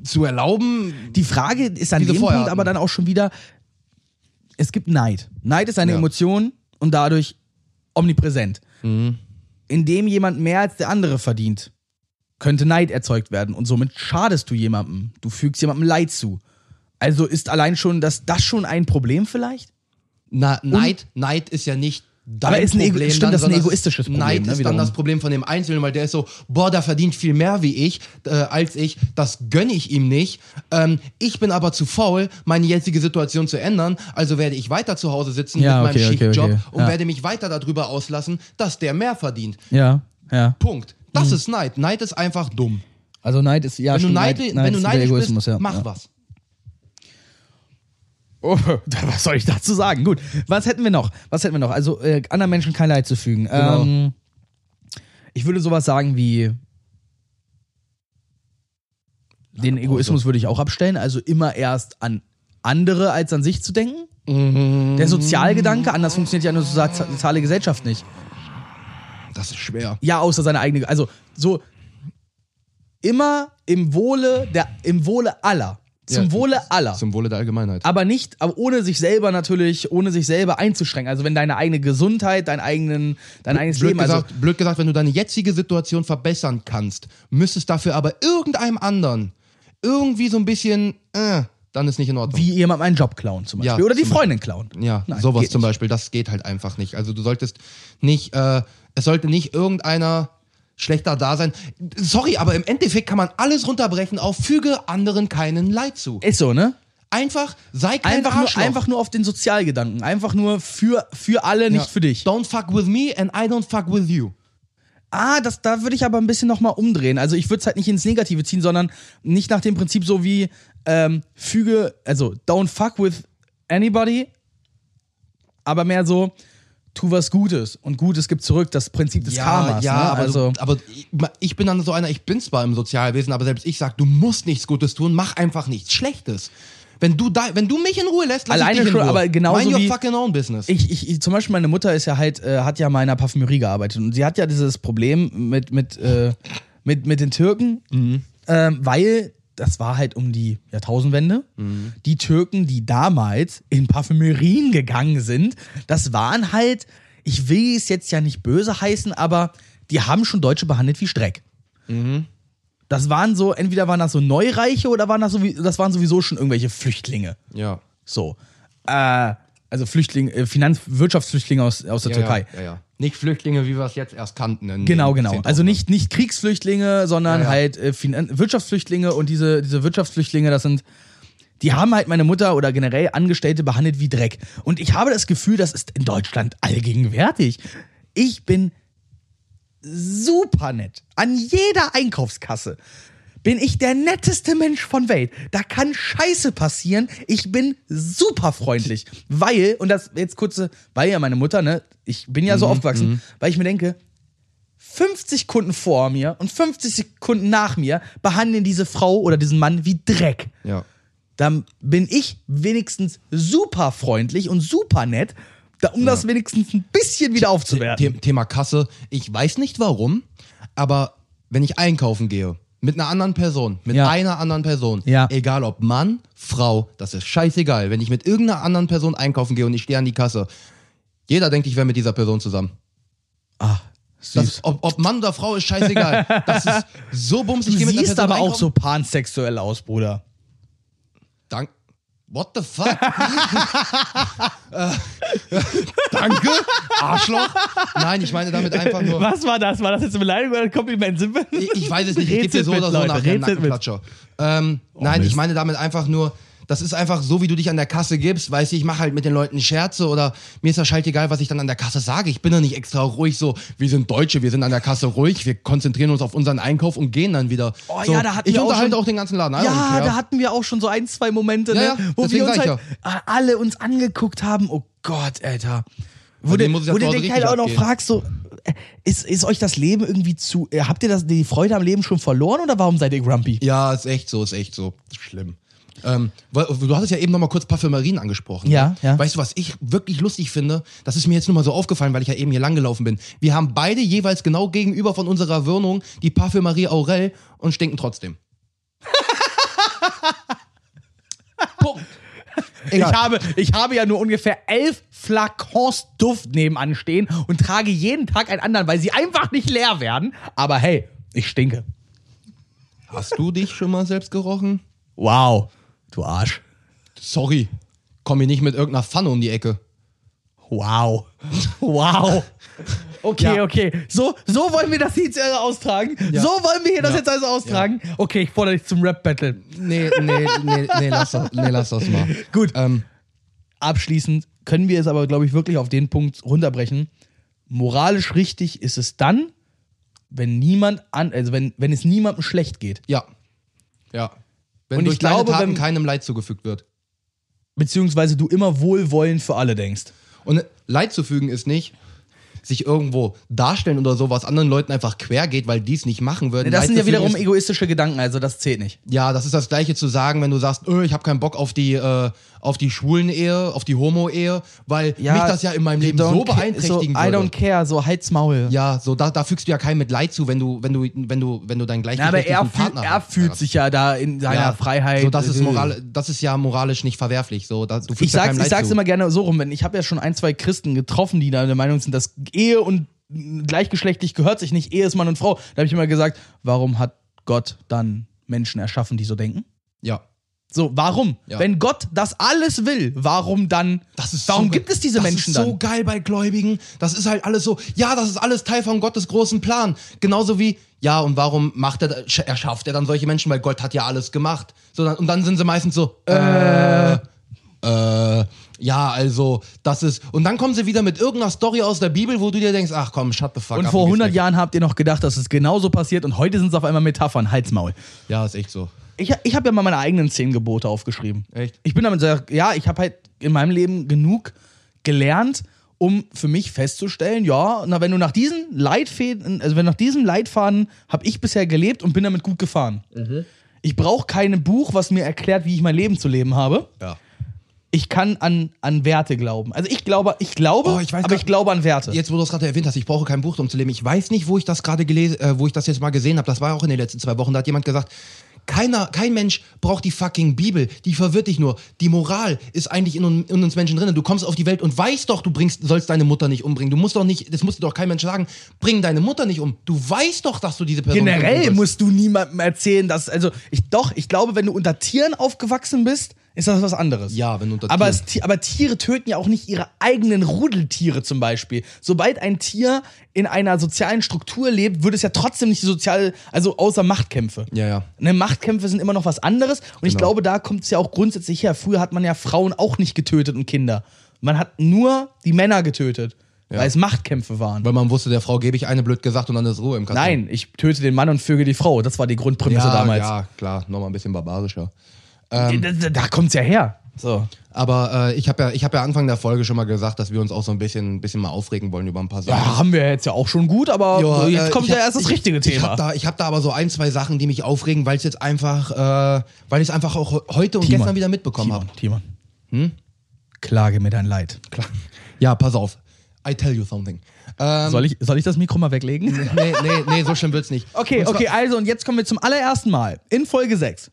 zu erlauben.
Die Frage ist an
Diese
dem Punkt
Vorarten.
aber dann auch schon wieder, es gibt Neid. Neid ist eine
Ja.
Emotion und dadurch omnipräsent.
Mhm.
Indem jemand mehr als der andere verdient, könnte Neid erzeugt werden und somit schadest du jemandem. Du fügst jemandem Leid zu. Also ist allein schon das, das schon ein Problem vielleicht?
Na, Neid, Neid ist ja nicht dein
Aber ist ein Ego-
Problem.
stimmt,
dann,
das ist ein
sondern
egoistisches Problem,
Neid
ne,
ist dann
wiederum.
das Problem von dem Einzelnen, weil der ist so, boah, der verdient viel mehr wie ich, äh, als ich, das gönne ich ihm nicht. Ähm, ich bin aber zu faul, meine jetzige Situation zu ändern, also werde ich weiter zu Hause sitzen
Ja,
mit
okay,
meinem
okay,
Schichtjob
okay.
und
Ja.
werde mich weiter darüber auslassen, dass der mehr verdient.
Ja, ja.
Punkt. Das ist Neid. Neid ist einfach dumm.
Also Neid ist ja
wenn du
Mhm. stimmt,
neidisch,
Neid
wenn du
ist der
neidisch bist,
Egoismus, ja.
mach
ja.
was.
Oh, was soll ich dazu sagen? Gut, was hätten wir noch? Was hätten wir noch? Also äh, anderen Menschen kein Leid zu fügen.
Genau.
Ähm, ich würde sowas sagen wie den Egoismus würde ich auch abstellen. Also immer erst an andere als an sich zu denken. Der Sozialgedanke, anders funktioniert ja eine sozi- soziale Gesellschaft nicht.
Das ist schwer.
Ja, außer seine eigene. Also so immer im Wohle der, im Wohle aller, zum
Ja,
Wohle aller.
Zum Wohle der Allgemeinheit.
Aber nicht, aber ohne sich selber natürlich, ohne sich selber einzuschränken. Also wenn deine eigene Gesundheit, dein eigenen, dein eigenes
blöd,
Leben, also
gesagt, blöd gesagt, wenn du deine jetzige Situation verbessern kannst, müsstest dafür aber irgendeinem anderen irgendwie so ein bisschen, äh, dann ist nicht in Ordnung.
wie jemand einen Job klauen zum
Ja,
Beispiel. Oder die
zum
Freundin klauen.
Ja,
Nein,
sowas
geht
zum
nicht.
Beispiel, das geht halt einfach nicht. Also du solltest nicht, äh, es sollte nicht irgendeiner schlechter da sein. Sorry, aber im Endeffekt kann man alles runterbrechen auf füge anderen keinen Leid zu.
Ist so, ne?
Einfach sei kein
Einfach nur,
Arschloch.
einfach nur auf den Sozialgedanken. Einfach nur für, für alle,
Ja.
nicht für dich.
Don't fuck with me and I don't fuck with you.
Ah, das, da würde ich aber ein bisschen nochmal umdrehen. Also ich würde es halt nicht ins Negative ziehen, sondern nicht nach dem Prinzip so wie ähm, füge, also don't fuck with anybody, aber mehr so tu was Gutes und Gutes gibt zurück, das Prinzip des Karmas.
ja,
ne?
aber,
also,
du, aber ich- ich bin dann so einer, ich bin zwar im Sozialwesen, aber selbst ich sag, du musst nichts Gutes tun, mach einfach nichts Schlechtes. Wenn du, da, wenn du mich in Ruhe lässt, lass
Alleine
ich dich in
schon,
Ruhe.
aber genauso
Mind your
wie-
fucking own business.
Ich, ich, ich, zum Beispiel meine Mutter ist ja halt, äh, hat ja mal in einer Parfümerie gearbeitet und sie hat ja dieses Problem mit, mit, äh, mit, mit den Türken, ähm, weil das war halt um die Jahrtausendwende. Die Türken, die damals in Parfümerien gegangen sind, das waren halt, ich will es jetzt ja nicht böse heißen, aber die haben schon Deutsche behandelt wie Streck. Das waren so, entweder waren das so Neureiche oder waren das, so, das waren sowieso schon irgendwelche Flüchtlinge.
ja.
So. Äh, also Flüchtling, äh, Finanz-, Wirtschaftsflüchtlinge aus, aus der
Ja,
Türkei.
Ja, ja, ja. Nicht Flüchtlinge, wie wir es jetzt erst kannten. in
Genau,
den
genau.
10.000.
Also nicht, nicht Kriegsflüchtlinge, sondern
Ja, ja.
halt äh, Finan Wirtschaftsflüchtlinge und diese, diese Wirtschaftsflüchtlinge, das sind. Die haben halt meine Mutter oder generell Angestellte behandelt wie Dreck. Und ich habe das Gefühl, das ist in Deutschland allgegenwärtig. Ich bin super nett. An jeder Einkaufskasse bin ich der netteste Mensch von Welt. Da kann Scheiße passieren. Ich bin super freundlich, weil und das jetzt kurze, weil ja meine Mutter, ne, ich bin ja so aufgewachsen, weil ich mir denke, 50 Sekunden vor mir und 50 Sekunden nach mir behandeln diese Frau oder diesen Mann wie Dreck.
Ja.
Dann bin ich wenigstens super freundlich und super nett, da, um das wenigstens ein bisschen wieder aufzuwerten.
The Thema Kasse. Ich weiß nicht warum, aber wenn ich einkaufen gehe, mit einer anderen Person, mit
Ja.
einer anderen Person,
Ja.
egal ob Mann, Frau, das ist scheißegal. Wenn ich mit irgendeiner anderen Person einkaufen gehe und ich stehe an die Kasse, jeder denkt, ich wäre mit dieser Person zusammen.
Ah, süß.
Das, ob, ob Mann oder Frau ist scheißegal. Das ist so bums. Ich
Du
gehe mit einer
siehst
Person
aber auch
einkaufen.
so pansexuell aus, Bruder.
Dank. What the fuck? Äh, Danke, Arschloch. Nein, ich meine damit einfach nur.
Was war das? War das jetzt eine Beleidigung oder ein Kompliment? Sind wir?
Ich, ich weiß es nicht, ich gebe dir so oder so nach dem Nackenklatscher. Ähm, nein, ich
Oh, Mist.
meine damit einfach nur, das ist einfach so, wie du dich an der Kasse gibst. Weißt du, ich mache halt mit den Leuten Scherze oder mir ist das scheißegal, was ich dann an der Kasse sage. Ich bin da nicht extra ruhig so, wir sind Deutsche, wir sind an der Kasse ruhig, wir konzentrieren uns auf unseren Einkauf und gehen dann wieder.
Oh,
so,
ja, da hatten
ich
wir auch
unterhalte
schon-
auch den ganzen Laden. Also, I don't
Ja,
care.
da hatten wir auch schon so ein, zwei Momente,
Ja,
ne,
ja,
wo wir
deswegen
uns
sag ich
halt äh, alle uns angeguckt haben. Oh Gott, Alter. Wo, du-
denen muss ich ja
wo
zu
du
Hause
dich halt
richtig
auch noch
abgehen.
fragst, so, äh, ist, ist euch das Leben irgendwie zu, äh, habt ihr das, die Freude am Leben schon verloren oder warum seid ihr grumpy?
Ja, ist echt so, ist echt so. Schlimm. Ähm, weil- du hattest ja eben noch mal kurz Parfümerien angesprochen.
Ja,
ne?
ja.
Weißt du, was ich wirklich lustig finde? Das ist mir jetzt nur mal so aufgefallen, weil ich ja eben hier langgelaufen bin. Wir haben beide jeweils genau gegenüber von unserer Wohnung die Parfümerie Aurel und stinken trotzdem. Punkt.
Ich
Egal.
habe, ich habe ja nur ungefähr elf Flakons Duft nebenan stehen und trage jeden Tag einen anderen, weil sie einfach nicht leer werden. Aber hey, ich stinke.
Hast du dich schon mal selbst gerochen?
Wow, du Arsch.
Sorry. Komm hier nicht mit irgendeiner Pfanne um die Ecke.
Wow. Wow. Okay,
Ja.
okay. So, so wollen wir das jetzt also austragen.
Ja.
So wollen wir hier das
Ja.
jetzt also austragen. Okay, ich fordere dich zum Rap-Battle.
Nee, nee, nee, nee, lass das, nee, lass das mal.
Gut.
Ähm,
Abschließend können wir es aber, glaube ich, wirklich auf den Punkt runterbrechen. Moralisch richtig ist es dann, wenn niemand an, also wenn, wenn es niemandem schlecht geht.
ja. Ja. Wenn
Und ich
durch deine
glaube,
Taten
wenn-
keinem Leid zugefügt wird.
beziehungsweise du immer wohlwollend für alle denkst.
Und Leid zu fügen ist nicht, sich irgendwo darstellen oder so, was anderen Leuten einfach quer geht, weil die es nicht machen würden.
Das
Leid
sind
zu
ja
fügen
wiederum e-
Ist,
egoistische Gedanken, also das zählt nicht.
ja, das ist das Gleiche zu sagen, wenn du sagst, öh, ich habe keinen Bock auf die, äh, auf die Schwulen-Ehe, auf die Homo-Ehe, weil mich das ja in meinem
you
Leben
don't
so
ca-
beeinträchtigen
so, I
würde.
don't care, so halt's Maul.
Ja, so da, da fügst du ja keinem mit Leid zu, wenn du, wenn du, wenn du, wenn du deinen
Na, aber er,
gleichgeschlechtlichen
fühl,
Partner
er fühlt sich ja da in seiner Freiheit.
So, das ist
äh,
moral, das ist ja moralisch nicht verwerflich. So, da, du fügst
ich
ja
sag's,
keinem
ich
Leid
sag's
zu.
immer gerne so rum, wenn ich habe ja schon ein, zwei Christen getroffen, die da der Meinung sind, dass Ehe und gleichgeschlechtlich gehört sich nicht, Ehe ist Mann und Frau. Da habe ich immer gesagt, warum hat Gott dann Menschen erschaffen, die so denken?
Ja.
So, warum?
Ja.
Wenn Gott das alles will, warum dann?
Das ist
warum
so
gibt
geil.
es diese
das
Menschen
Das ist so
dann?
geil bei Gläubigen. Das ist halt alles so, ja, das ist alles Teil von Gottes großen Plan. Genauso wie, ja, und warum macht er, sch- erschafft er dann solche Menschen, weil Gott hat ja alles gemacht. So, dann, und dann sind sie meistens so, äh, äh, ja, also, das ist, und dann kommen sie wieder mit irgendeiner Story aus der Bibel, wo du dir denkst, ach komm, shut the fuck
Und
up,
vor
gehst
100
weg.
Jahren habt ihr noch gedacht, dass es genauso passiert und heute sind es auf einmal Metaphern. Halt's Maul.
Ja, ist echt so.
Ich, ich habe ja mal meine eigenen zehn Gebote aufgeschrieben.
Echt?
Ich bin damit sehr, ja, ich habe halt in meinem Leben genug gelernt, um für mich festzustellen, ja, na, wenn du nach diesen Leitfäden, also wenn nach diesem Leitfaden habe ich bisher gelebt und bin damit gut gefahren.
Mhm.
Ich brauche kein Buch, was mir erklärt, wie ich mein Leben zu leben habe.
Ja.
Ich kann an, an Werte glauben. Also ich glaube, ich glaube,
Oh, ich weiß
aber
gar-
ich glaube an Werte.
Jetzt, wo du es gerade erwähnt hast, ich brauche kein Buch, um zu leben. Ich weiß nicht, wo ich das gerade gelesen, äh, wo ich das jetzt mal gesehen habe. Das war auch in den letzten zwei Wochen. Da hat jemand gesagt, keiner, kein Mensch braucht die fucking Bibel. Die verwirrt dich nur. Die Moral ist eigentlich in, un- in uns Menschen drin. Du kommst auf die Welt und weißt doch, du bringst, sollst deine Mutter nicht umbringen. Du musst doch nicht, das muss dir doch kein Mensch sagen, bring deine Mutter nicht um. Du weißt doch, dass du diese Person umbringen
Generell
sollst.
musst du niemandem erzählen, dass, also ich doch, ich glaube, wenn du unter Tieren aufgewachsen bist, ist das was anderes.
Ja, wenn du unter
aber,
Tieren-
es, Ti- aber Tiere töten ja auch nicht ihre eigenen Rudeltiere zum Beispiel. Sobald ein Tier in einer sozialen Struktur lebt, würde es ja trotzdem nicht sozial, also außer Machtkämpfe.
Ja, ja.
Ne, Machtkämpfe sind immer noch was anderes. Und ich
Genau.
glaube, da kommt es ja auch grundsätzlich her. Früher hat man ja Frauen auch nicht getötet und Kinder. Man hat nur die Männer getötet, weil es Machtkämpfe waren.
Weil man wusste, der Frau gebe ich eine blöd gesagt und dann ist Ruhe im Kasten.
Nein, ich töte den Mann und vöge die Frau. Das war die Grundprämisse
ja,
damals. Ähm,
ja, Ähm, klar, nochmal ein bisschen barbarischer.
da da, da kommt's ja her. So.
Aber äh, ich habe ja, ich hab ja Anfang der Folge schon mal gesagt, dass wir uns auch so ein bisschen, bisschen mal aufregen wollen über ein paar Sachen.
Ja, haben wir jetzt ja auch schon gut, aber
Ja,
so, jetzt
äh,
kommt
ich
ja
hab-
erst das
ich-
richtige
Ich
Thema.
habe da, ich hab da aber so ein, zwei Sachen, die mich aufregen, weil es jetzt einfach, äh, weil ich es einfach auch he- heute und
Timon,
gestern wieder mitbekommen habe.
Timon, Timon. Hm? Klage mir dein Leid.
Ja, pass auf. I tell you something. Ähm,
Soll ich, soll ich das Mikro mal weglegen?
nee, nee, nee, so schlimm wird's nicht.
Okay,
Und zwar-
okay, also und jetzt kommen wir zum allerersten Mal in Folge 6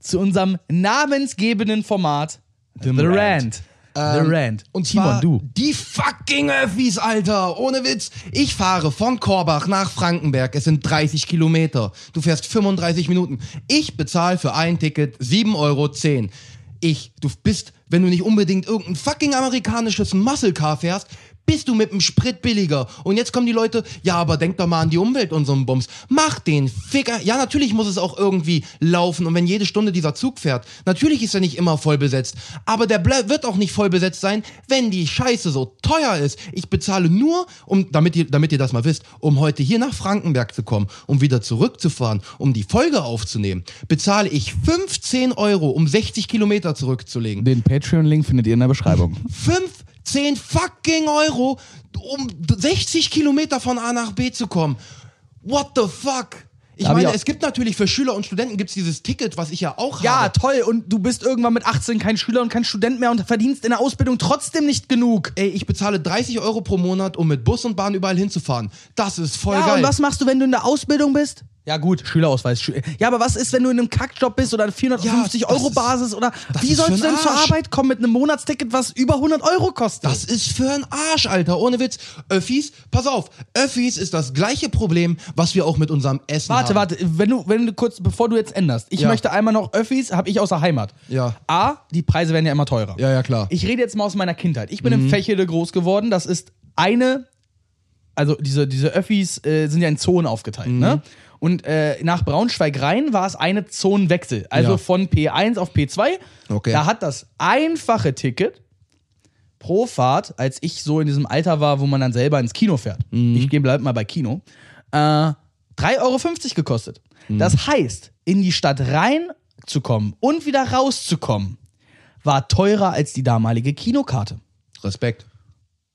zu unserem namensgebenden Format The, Rant. The Rant.
Ähm, Und
Timon,
zwar
du.
die fucking Öffis, Alter. Ohne Witz. Ich fahre von Korbach nach Frankenberg. Es sind 30 Kilometer. Du fährst 35 Minuten. Ich bezahle für ein Ticket 7,10 Euro. Ich, du bist, wenn du nicht unbedingt irgendein fucking amerikanisches Muscle Car fährst, bist du mit dem Sprit billiger. Und jetzt kommen die Leute, ja, aber denk doch mal an die Umwelt und so einen Bums. Mach den Ficker. Ja, natürlich muss es auch irgendwie laufen. Und wenn jede Stunde dieser Zug fährt, natürlich ist er nicht immer voll besetzt. Aber der ble- wird auch nicht voll besetzt sein, wenn die Scheiße so teuer ist. Ich bezahle nur, um, damit ihr, damit ihr das mal wisst, um heute hier nach Frankenberg zu kommen, um wieder zurückzufahren, um die Folge aufzunehmen, bezahle ich 15 Euro, um 60 Kilometer zurückzulegen.
Den Patreon-Link findet ihr in der Beschreibung.
15 fucking Euro, um 60 Kilometer von A nach B zu kommen. What the fuck? Ich
Aber
meine,
ja-
es gibt natürlich für Schüler und Studenten gibt's dieses Ticket, was ich ja auch
Ja,
habe.
toll. Und du bist irgendwann mit 18 kein Schüler und kein Student mehr und verdienst in der Ausbildung trotzdem nicht genug.
Ey, ich bezahle 30 Euro pro Monat, um mit Bus und Bahn überall hinzufahren. Das ist voll
ja,
geil.
und was machst du, wenn du in der Ausbildung bist? Ja, gut, Schülerausweis. Schü- Ja, aber was ist, wenn du in einem Kackjob bist oder
Ja, das
450-Euro-Basis oder
das
wie
ist
sollst du
für ein
denn zur
Arsch.
Arbeit kommen mit einem Monatsticket, was über 100 Euro kostet?
Das ist für ein Arsch, Alter. Ohne Witz. Öffis, pass auf. Öffis ist das gleiche Problem, was wir auch mit unserem Essen
Warte,
haben.
warte, wenn du, wenn du kurz, bevor du jetzt änderst, ich
Ja.
möchte einmal noch Öffis, habe ich aus der Heimat.
Ja.
A, die Preise werden ja immer teurer.
Ja, ja, Mhm. klar.
Ich rede jetzt mal aus meiner Kindheit. Ich bin in Fächede groß geworden. Das ist eine, also diese, diese Öffis äh, sind ja in Zonen aufgeteilt,
Mhm.
ne? Und äh, nach Braunschweig rein war es eine Zonenwechsel. Also
Ja.
von P1 auf P2.
Okay.
Da hat das einfache Ticket pro Fahrt, als ich so in diesem Alter war, wo man dann selber ins Kino fährt.
Mhm.
Ich gehe bleib mal bei Kino. Äh, 3,50 Euro gekostet.
Mhm.
Das heißt, in die Stadt reinzukommen und wieder rauszukommen, war teurer als die damalige Kinokarte.
Respekt.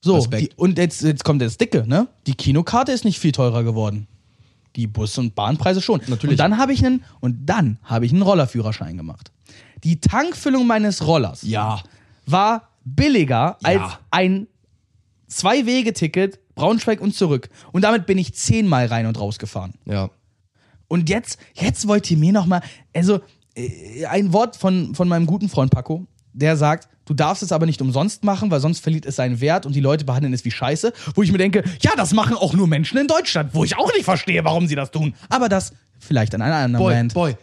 So, die,
Respekt.
und jetzt, jetzt kommt das Dicke, ne? Die Kinokarte ist nicht viel teurer geworden. Die Bus- und Bahnpreise schon.
Natürlich.
Und dann habe ich einen, und dann habe ich einen Rollerführerschein gemacht. Die Tankfüllung meines Rollers
Ja.
war billiger
Ja.
als ein Zwei-Wege-Ticket Braunschweig und zurück. Und damit bin ich zehnmal rein und raus gefahren.
Ja.
Und jetzt, jetzt wollt ihr mir nochmal, also äh, ein Wort von, von meinem guten Freund Paco, der sagt, du darfst es aber nicht umsonst machen, weil sonst verliert es seinen Wert und die Leute behandeln es wie Scheiße. Wo ich mir denke, ja, das machen auch nur Menschen in Deutschland, wo ich auch nicht verstehe, warum sie das tun. Aber das vielleicht an einer anderen
Boy,
Moment.
boy.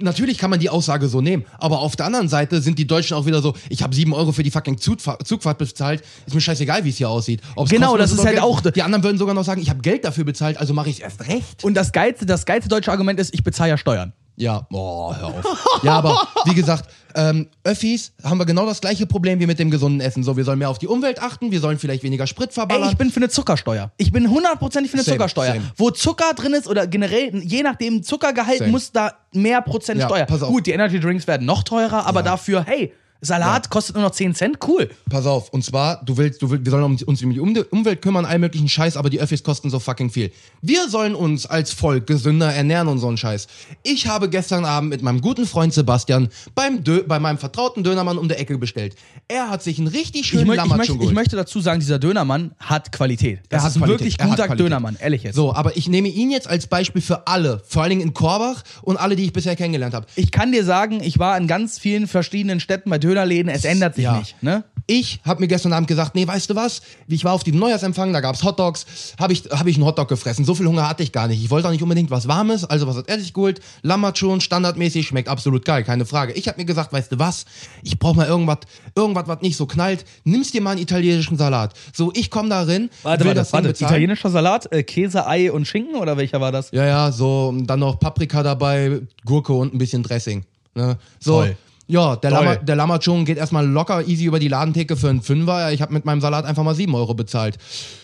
Natürlich kann man die Aussage so nehmen, aber auf der anderen Seite sind die Deutschen auch wieder so, ich habe sieben Euro für die fucking Zugfa- Zugfahrt bezahlt, ist mir scheißegal, wie es hier aussieht. Ob's
Genau,
kostenlos
das ist
oder
halt
Geld-
auch-
Die anderen würden sogar noch sagen, ich habe Geld dafür bezahlt, also mache ich es erst recht.
Und das geilste, das geilste deutsche Argument ist, ich bezahle ja Steuern.
Ja, boah, hör auf. ja, aber wie gesagt, ähm, Öffis haben wir genau das gleiche Problem wie mit dem gesunden Essen. So, wir sollen mehr auf die Umwelt achten, wir sollen vielleicht weniger Sprit verballern.
Ey, ich bin für eine Zuckersteuer. Ich bin hundertprozentig für eine
Same,
Zuckersteuer.
same.
Wo Zucker drin ist oder generell, je nachdem Zuckergehalt,
Same.
muss da mehr Prozent
Ja,
Steuer.
pass auf.
Gut, die Energy Drinks werden noch teurer, aber dafür, hey, Salat kostet nur noch 10 Cent, cool.
Pass auf, und zwar, du willst, du willst, wir sollen um- uns um die Umde- Umwelt kümmern, all möglichen Scheiß, aber die Öffis kosten so fucking viel. Wir sollen uns als Volk gesünder ernähren und so einen Scheiß. Ich habe gestern Abend mit meinem guten Freund Sebastian beim Dö bei meinem vertrauten Dönermann um der Ecke bestellt. Er hat sich einen richtig
Ich,
schönen
mö ich, möchte,
Lammertschung
ich
geholt.
möchte dazu sagen, dieser Dönermann hat Qualität. Das
hat
ist ein
Qualität,
wirklich
er hat
guter
Qualität.
Dönermann, ehrlich jetzt.
So, aber ich nehme ihn jetzt als Beispiel für alle, vor allen Dingen in Korbach und alle, die ich bisher kennengelernt habe.
Ich kann dir sagen, ich war in ganz vielen verschiedenen Städten bei Dönerläden, es ändert sich
Ja.
nicht. Ne?
Ich habe mir gestern Abend gesagt, nee, weißt du was? Ich war auf dem Neujahrsempfang, da gab's Hotdogs, habe ich, hab ich einen Hotdog gefressen. So viel Hunger hatte ich gar nicht. Ich wollte auch nicht unbedingt was Warmes, also was hat er sich geholt? Lammertschon, standardmäßig, schmeckt absolut geil, keine Frage. Ich habe mir gesagt, weißt du was? Ich brauche mal irgendwas, irgendwas, was nicht so knallt. Nimmst dir mal einen italienischen Salat. So, ich komme da rein, will das Ding bezahlen.
Italienischer Salat, äh, Käse, Ei und Schinken oder welcher war das?
Ja, ja, so, und dann noch Paprika dabei, Gurke und ein bisschen Dressing. Ne? So.
Toll.
Ja, der,
Toll.
Lama, der Lamachung geht erstmal locker easy über die Ladentheke für einen Fünfer. Ich habe mit meinem Salat einfach mal 7 Euro bezahlt.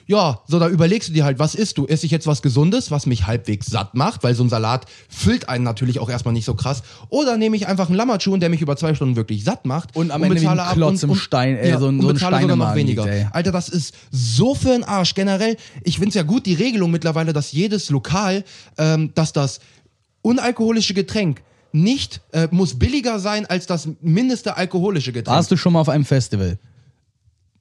Ja, so, da überlegst du dir halt, was isst du? Esse ich jetzt was Gesundes, was mich halbwegs satt macht? Weil so ein Salat füllt einen natürlich auch erstmal nicht so krass. Oder nehme ich einfach einen Lamachun, der mich über zwei Stunden wirklich satt macht.
Und am Ende wie ein
bezahle ab
Klotz im Stein, ey, so ein-
und
so ein
bezahle
Stein
sogar
im
noch
Magen
weniger.
liegt, ey.
Alter, das ist so für ein Arsch. Generell, ich find's ja gut, die Regelung mittlerweile, dass jedes Lokal, ähm, dass das unalkoholische Getränk nicht, äh, muss billiger sein als das mindeste alkoholische Getränk.
Warst du schon mal auf einem Festival?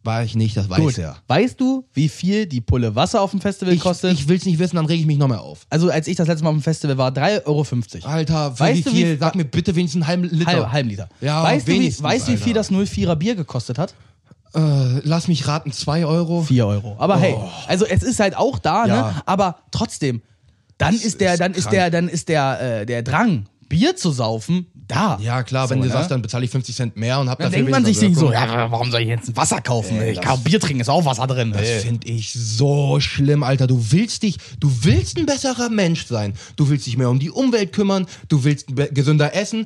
War ich nicht, das weiß
Gut.
er.
Weißt du, wie viel die Pulle Wasser auf dem Festival
Ich,
kostet?
ich will's nicht wissen, dann reg ich mich noch mehr auf.
also als ich das letzte Mal auf dem Festival war, 3,50 Euro.
Alter, für
Weißt
wie
du,
viel?
wie-
Sag mir bitte wenigstens einen halben Liter.
Halb, halben Liter.
Ja,
weißt du, wie,
wenigstens,
weißt du, wie viel das
Alter.
04er Bier gekostet hat?
Äh, lass mich raten, zwei Euro.
4 Euro. Aber hey, also es ist halt auch da, ne?
Ja.
Aber trotzdem, dann ist der,
ist
dann ist
krank.
der, dann ist der, äh, der Drang, Bier zu saufen, da.
Ja, klar, wenn
So,
du
ne?
sagst, dann bezahle ich 50 Cent mehr und hab
dann
dafür
denkt man sich
weniger
so,
Wirkung.
ja, warum soll ich jetzt ein Wasser kaufen?
Ey,
ich
das-
kann auch Bier trinken, ist auch Wasser drin.
Das
Ey.
finde ich so schlimm, Alter. Du willst dich, du willst ein besserer Mensch sein. Du willst dich mehr um die Umwelt kümmern. Du willst be- gesünder essen.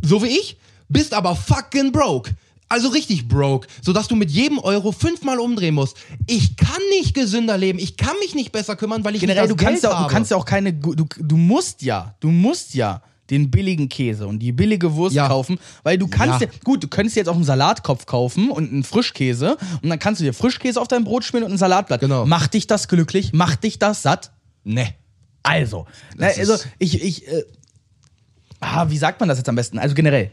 So wie ich. Bist aber fucking broke. Also richtig broke. Sodass du mit jedem Euro fünfmal umdrehen musst. Ich kann nicht gesünder leben. Ich kann mich nicht besser kümmern, weil ich
generell,
nicht
du
das
kannst,
Geld
ja, auch- du
habe.
kannst ja auch keine, gu- du, du musst ja, du musst ja den billigen Käse und die billige Wurst
Ja.
kaufen, weil du kannst ja.
Ja.
gut, du könntest jetzt auch einen Salatkopf kaufen und einen Frischkäse und dann kannst du dir Frischkäse auf dein Brot schmieren und ein Salatblatt.
Genau.
Macht dich das glücklich? Macht dich das satt? Ne.
Nee.
Also, na,
Das
also
ist-
ich, ich, äh, ah, wie sagt man das jetzt am besten? Also generell,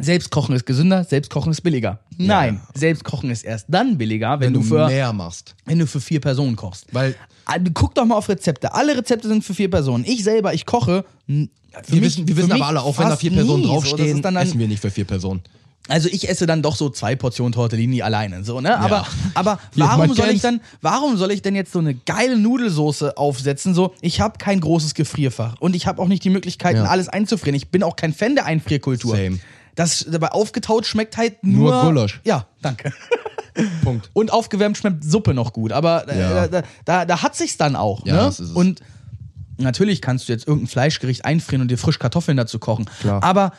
Selbstkochen ist gesünder, Selbstkochen ist billiger. Nein, Selbstkochen ist erst dann billiger, wenn,
Wenn
du für
mehr machst.
wenn du für vier Personen kochst.
Weil-
Ah, Guck doch mal auf Rezepte. Alle Rezepte sind für vier Personen. Ich selber, ich koche. n- für
Wir
mich-
wissen, wir
für
wissen
mich
aber alle, auch wenn da
fast
vier Personen
nie. So, das ist
draufstehen,
dann- dann-
essen wir nicht für vier Personen.
also ich esse dann doch so zwei Portionen Tortellini alleine, so, ne? Aber, aber
man
warum soll
kennt's.
ich dann, warum soll ich denn jetzt so eine geile Nudelsoße aufsetzen? So, ich habe kein großes Gefrierfach und ich habe auch nicht die Möglichkeiten,
Ja.
alles einzufrieren. Ich bin auch kein Fan der Einfrierkultur.
Same.
Das dabei aufgetaut schmeckt halt nur.
Nur Gulasch.
Ja, danke.
Punkt.
Und aufgewärmt schmeckt Suppe noch gut, aber äh,
Ja.
da, da, da hat sich's dann auch.
Ja,
ne?
das ist es.
Und natürlich kannst du jetzt irgendein Fleischgericht einfrieren und dir frisch Kartoffeln dazu kochen.
Klar.
Aber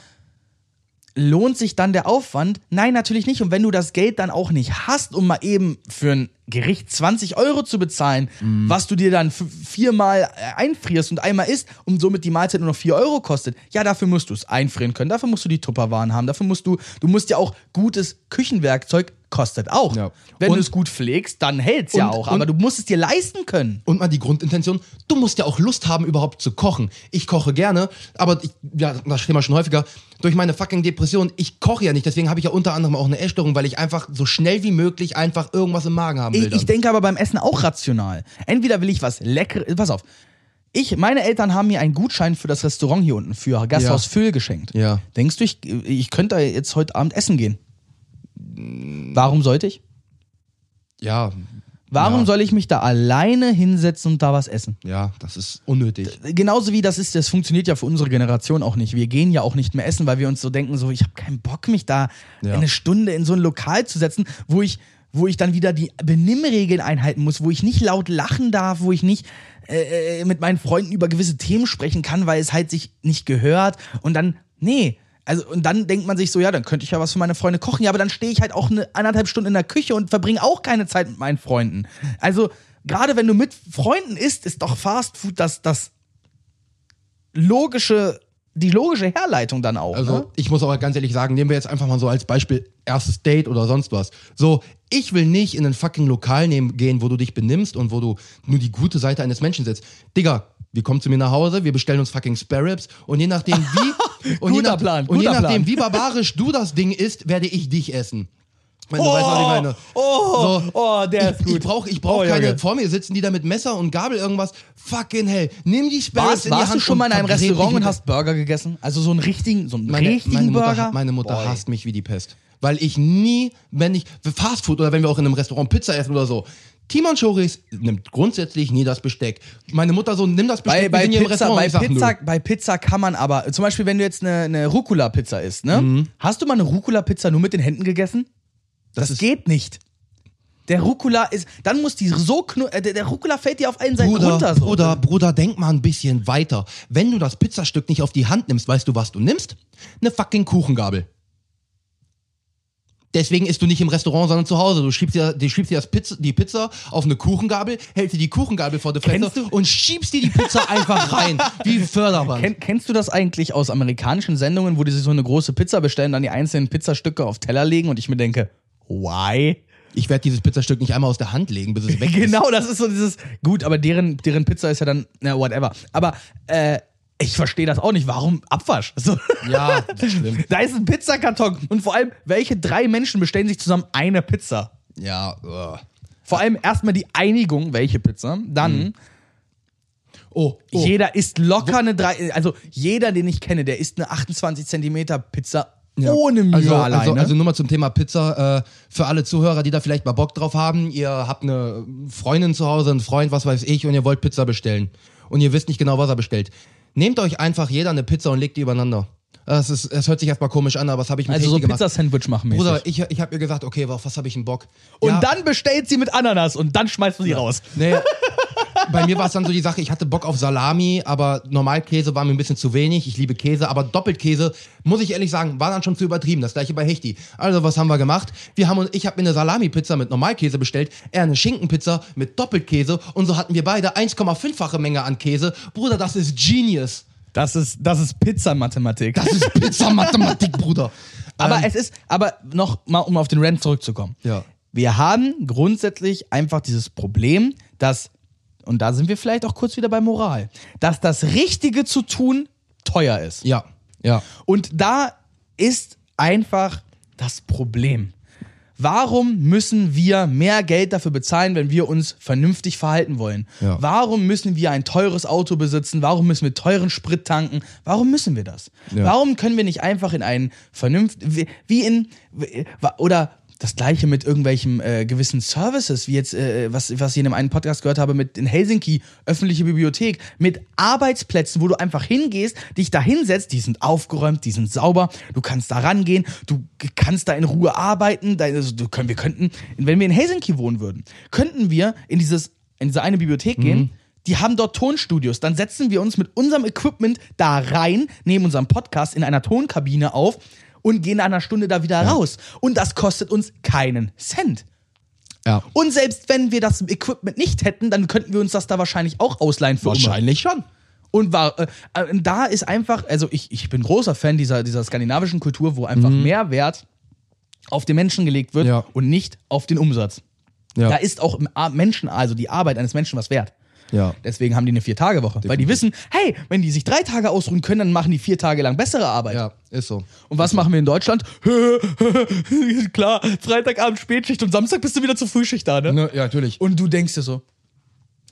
lohnt sich dann der Aufwand? Nein, natürlich nicht. Und wenn du das Geld dann auch nicht hast, um mal eben für ein Gericht 20 Euro zu bezahlen,
Mhm.
was du dir dann f- viermal äh, einfrierst und einmal isst und somit die Mahlzeit nur noch 4 Euro kostet, ja, dafür musst du es einfrieren können, dafür musst du die Tupperwaren haben, dafür musst du, du musst ja auch gutes Küchenwerkzeug kostet auch.
Ja.
Wenn
Und-
du es gut pflegst, dann hält's ja
Und-
auch, aber
und-
du musst es dir leisten können.
und mal die Grundintention, du musst ja auch Lust haben, überhaupt zu kochen. Ich koche gerne, aber ich, ja, das Thema schon häufiger, durch meine fucking Depression, ich koche ja nicht, deswegen habe ich ja unter anderem auch eine Essstörung, weil ich einfach so schnell wie möglich einfach irgendwas im Magen haben will.
Ich, ich
dann.
denke aber beim Essen auch rational. Entweder will ich was leckeres. Pass auf. Ich, meine Eltern haben mir einen Gutschein für das Restaurant hier unten, für Gasthaus
Ja.
Föhl geschenkt.
Ja.
Denkst du, ich, ich könnte da jetzt heute Abend essen gehen? Warum sollte ich?
ja,
Warum
Ja.
soll ich mich da alleine hinsetzen und da was essen?
ja, das ist unnötig.
Äh, genauso wie das ist, das funktioniert ja für unsere Generation auch nicht. Wir gehen ja auch nicht mehr essen, weil wir uns so denken, so ich habe keinen Bock, mich da
Ja.
eine Stunde in so ein Lokal zu setzen, wo ich wo ich dann wieder die Benimmregeln einhalten muss, wo ich nicht laut lachen darf, wo ich nicht äh, äh, mit meinen Freunden über gewisse Themen sprechen kann, weil es halt sich nicht gehört und dann nee, also und dann denkt man sich so, ja, dann könnte ich ja was für meine Freunde kochen, ja, aber dann stehe ich halt auch eine anderthalb Stunden in der Küche und verbringe auch keine Zeit mit meinen Freunden. Also gerade wenn du mit Freunden isst, ist doch Fast Food das das logische, die logische Herleitung dann auch.
Also,
ne?
ich muss aber ganz ehrlich sagen, nehmen wir jetzt einfach mal so als Beispiel erstes Date oder sonst was. So, ich will nicht in ein fucking Lokal nehmen, gehen, wo du dich benimmst und wo du nur die gute Seite eines Menschen setzt. Digga, wir kommen zu mir nach Hause, wir bestellen uns fucking Spare Ribs und je nachdem wie und je
Guter Plan,
und je
guter
nachdem
Plan.
wie barbarisch du das Ding isst, werde ich dich essen. Wenn du weißt, was ich meine.
oh, oh, der ist
ich,
gut.
Ich brauche ich brauch
Oh, Junge.
keine. Vor mir sitzen die da mit Messer und Gabel irgendwas. Fucking hell. Nimm die Spare Ribs
warst
in die Hand
warst du schon mal in einem
und verdreh
Restaurant
dich
und
mit-
hast Burger gegessen? Also so einen richtigen, so einen
meine,
richtigen
meine Mutter,
Burger?
hat- Meine Mutter
Boy.
hasst mich wie die Pest. Weil ich nie, wenn ich Fast Food oder wenn wir auch in einem Restaurant Pizza essen oder so, Timon Choris nimmt grundsätzlich nie das Besteck. Meine Mutter so, nimm das
Bei,
Besteck,
bei,
wir sind hier im
Pizza,
Restaurant.
bei,
Ich sag,
Pizza,
nö.
bei Pizza kann man aber, zum Beispiel, wenn du jetzt eine, eine Rucola-Pizza isst, ne?
Mhm.
Hast du mal eine Rucola-Pizza nur mit den Händen gegessen? Das, geht nicht. Der Rucola ist, dann muss die so knu äh, der, der Rucola fällt dir auf allen Seiten
Bruder,
runter. So. ne?
Bruder, Bruder, denk mal ein bisschen weiter. Wenn du das Pizzastück nicht auf die Hand nimmst, weißt du, was du nimmst? Eine fucking Kuchengabel. Deswegen isst du nicht im Restaurant, sondern zu Hause. Du schiebst dir, du schiebst dir das Pizza, die Pizza auf eine Kuchengabel, hältst dir die Kuchengabel vor die Fresse
Kennst du-
und schiebst dir die Pizza einfach rein. Wie ein Förderband.
Ken, kennst du das eigentlich aus amerikanischen Sendungen, wo die sich so eine große Pizza bestellen, dann die einzelnen Pizzastücke auf Teller legen und ich mir denke, why?
Ich werde dieses Pizzastück nicht einmal aus der Hand legen, bis es weg ist.
Genau, das ist so dieses, gut, aber deren, deren Pizza ist ja dann, na, whatever. Aber, äh, ich verstehe das auch nicht. Warum Abwasch? So.
Ja, das ist schlimm.
Da ist ein Pizzakarton. Und vor allem, welche drei Menschen bestellen sich zusammen eine Pizza?
Ja. äh. uah.
Vor allem erstmal die Einigung, welche Pizza. Dann,
Oh, Mhm. oh.
jeder isst locker eine drei. Also, jeder, den ich kenne, der isst eine 28 Zentimeter Pizza
Ja.
ohne Mühe
also,
alleine.
Also, also nur mal zum Thema Pizza. Äh, für alle Zuhörer, die da vielleicht mal Bock drauf haben, ihr habt eine Freundin zu Hause, einen Freund, was weiß ich, und ihr wollt Pizza bestellen. Und ihr wisst nicht genau, was er bestellt. Nehmt euch einfach jeder eine Pizza und legt die übereinander. Das, ist, das hört sich erstmal komisch an, aber das habe ich mit
Also so
Hasty gemacht.
Pizza-Sandwich machen mäßig.
Bruder, ich, ich habe ihr gesagt, okay, auf was habe ich einen Bock?
und
Ja,
dann bestellt sie mit Ananas und dann schmeißt du sie raus.
Nee. Bei mir war es dann so die Sache, ich hatte Bock auf Salami, aber Normalkäse war mir ein bisschen zu wenig. Ich liebe Käse, aber Doppelkäse, muss ich ehrlich sagen, war dann schon zu übertrieben. Das gleiche bei Hechti. Also, was haben wir gemacht? Wir haben, uns- ich habe mir eine Salami-Pizza mit Normalkäse bestellt, er eine Schinkenpizza mit Doppelkäse und so hatten wir beide 1,5-fache Menge an Käse. Bruder, das ist Genius.
Das ist, das ist Pizza-Mathematik.
Das ist Pizza-Mathematik, Bruder.
Aber
Ähm,
es ist, aber noch mal, um auf den Rant zurückzukommen.
Ja.
Wir haben grundsätzlich einfach dieses Problem, dass, und da sind wir vielleicht auch kurz wieder bei Moral, dass das Richtige zu tun teuer ist.
ja, ja.
Und da ist einfach das Problem. Warum müssen wir mehr Geld dafür bezahlen, wenn wir uns vernünftig verhalten wollen?
Ja.
Warum müssen wir ein teures Auto besitzen? Warum müssen wir teuren Sprit tanken? Warum müssen wir das?
Ja.
Warum können wir nicht einfach in einen vernünftigen, wie in, oder das gleiche mit irgendwelchen äh, gewissen Services, wie jetzt, äh, was, was ich in einem einen Podcast gehört habe, mit in Helsinki, öffentliche Bibliothek, mit Arbeitsplätzen, wo du einfach hingehst, dich da hinsetzt, die sind aufgeräumt, die sind sauber, du kannst da rangehen, du g- kannst da in Ruhe arbeiten, da, also, du, können, wir könnten, wenn wir in Helsinki wohnen würden, könnten wir in dieses, in diese eine Bibliothek gehen, die haben dort Tonstudios. Dann setzen wir uns mit unserem Equipment da rein, nehmen unseren Podcast in einer Tonkabine auf und gehen nach einer Stunde da wieder raus. Und das kostet uns keinen Cent.
Ja.
Und selbst wenn wir das Equipment nicht hätten, dann könnten wir uns das da wahrscheinlich auch ausleihen für Umme.
Wahrscheinlich schon.
Und war, äh, äh, da ist einfach, also ich, ich bin großer Fan dieser, dieser skandinavischen Kultur, wo einfach mehr Wert auf den Menschen gelegt wird
Mhm. Ja.
und nicht auf den Umsatz.
Ja.
Da ist auch im Ar- Menschen, also die Arbeit eines Menschen was wert.
Ja.
Deswegen haben die eine Vier-Tage-Woche. Weil die wissen, hey, wenn die sich drei Tage ausruhen können, dann machen die vier Tage lang bessere Arbeit.
Ja, ist so.
Und was machen wir in Deutschland? Klar, Freitagabend Spätschicht und Samstag bist du wieder zur Frühschicht da, ne?
Ne, ja, natürlich.
Und du denkst dir so,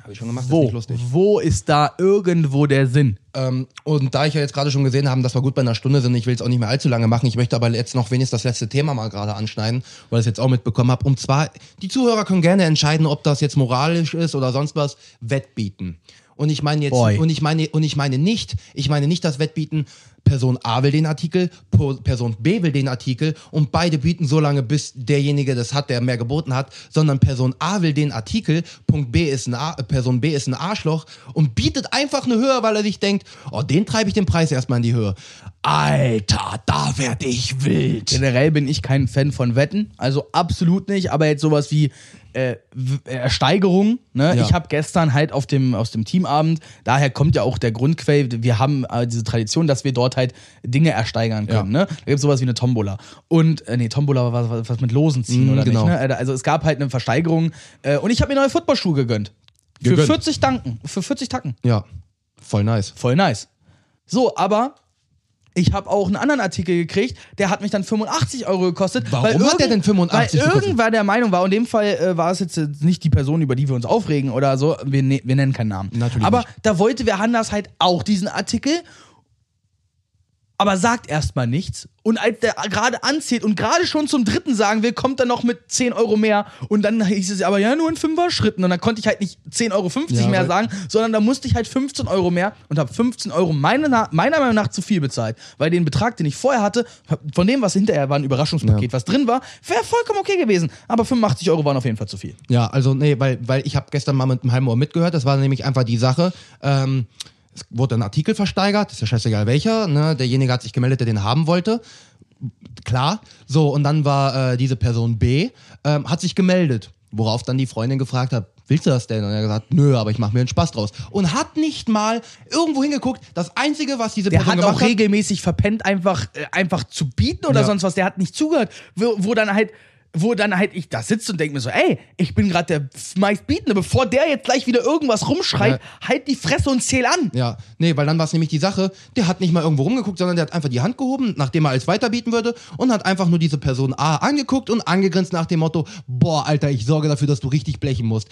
Habe ich schon gemacht,
wo, wo ist da irgendwo der Sinn?
Ähm, und da ich ja jetzt gerade schon gesehen haben, dass wir gut bei einer Stunde sind, ich will es auch nicht mehr allzu lange machen. Ich möchte aber jetzt noch wenigstens das letzte Thema mal gerade anschneiden, weil ich es jetzt auch mitbekommen habe. Und zwar, die Zuhörer können gerne entscheiden, ob das jetzt moralisch ist oder sonst was, Wettbieten. Und ich meine jetzt,
Boy.
und ich meine, und ich meine nicht, ich meine nicht das Wettbieten, Person A will den Artikel, Po- Person B will den Artikel und beide bieten so lange, bis derjenige das hat, der mehr geboten hat, sondern Person A will den Artikel, Punkt B ist ein Ar äh, Person B ist ein Arschloch und bietet einfach eine Höhe, weil er sich denkt, oh, den treibe ich den Preis erstmal in die Höhe. Alter, da werd ich wild.
Generell bin ich kein Fan von Wetten, also absolut nicht, aber jetzt sowas wie äh, W- äh, Steigerung. Ne?
Ja.
Ich habe gestern halt auf dem, aus dem Teamabend, daher kommt ja auch der Grundquell, wir haben äh, diese Tradition, dass wir dort halt Dinge ersteigern können. Ne? Da gibt es sowas wie eine Tombola. Und, äh, nee, Tombola war was, was, was mit Losen ziehen,
Mm,
oder
genau.
nicht? Ne? Also es gab halt eine Versteigerung äh, und ich habe mir neue Footballschuhe gegönnt. Für
Gegönnt.
40 Danken, für 40 Tacken.
Ja, voll nice.
Voll nice. So, aber ich habe auch einen anderen Artikel gekriegt, der hat mich dann 85 Euro gekostet.
Warum hat
irgend-
der denn 85
Weil
gekostet?
irgendwer der Meinung war, und in dem Fall äh, war es jetzt äh, nicht die Person, über die wir uns aufregen oder so, wir, ne wir nennen keinen Namen.
Natürlich
aber
nicht.
da wollte wer Handas halt auch diesen Artikel, aber sagt erstmal nichts. Und als der gerade anzieht und gerade schon zum dritten sagen will, kommt er noch mit 10 Euro mehr. Und dann hieß es aber ja nur in Fünfer-Schritten. Und dann konnte ich halt nicht 10,50 Euro
Ja,
mehr
weil-
sagen, sondern da musste ich halt 15 Euro mehr und habe 15 Euro meiner, Na- meiner Meinung nach zu viel bezahlt. Weil den Betrag, den ich vorher hatte, von dem, was hinterher war, ein Überraschungspaket, was drin war, wäre vollkommen okay gewesen. Aber 85 Euro waren auf jeden Fall zu viel.
Ja, also nee, weil, weil ich habe gestern mal mit einem halben Ohr mitgehört, das war nämlich einfach die Sache, ähm, es wurde ein Artikel versteigert, ist ja scheißegal welcher, ne? derjenige hat sich gemeldet, der den haben wollte, klar, so und dann war äh, diese Person B, ähm, hat sich gemeldet, worauf dann die Freundin gefragt hat, willst du das denn? Und er hat gesagt, nö, aber ich mache mir einen Spaß draus und hat nicht mal irgendwo hingeguckt, das Einzige, was diese
Der
Person
hat
gemacht
auch regelmäßig verpennt, einfach, äh, einfach zu bieten oder
Ja.
sonst was. Der hat nicht zugehört, wo, wo dann halt wo dann halt ich da sitze und denke mir so, ey, ich bin gerade der meistbietende, bevor der jetzt gleich wieder irgendwas rumschreit, halt die Fresse und zähl an.
Ja, nee, weil dann war es nämlich die Sache, der hat nicht mal irgendwo rumgeguckt, sondern der hat einfach die Hand gehoben, nachdem er als weiterbieten würde und hat einfach nur diese Person A angeguckt und angegrinst nach dem Motto, boah, Alter, ich sorge dafür, dass du richtig blechen musst.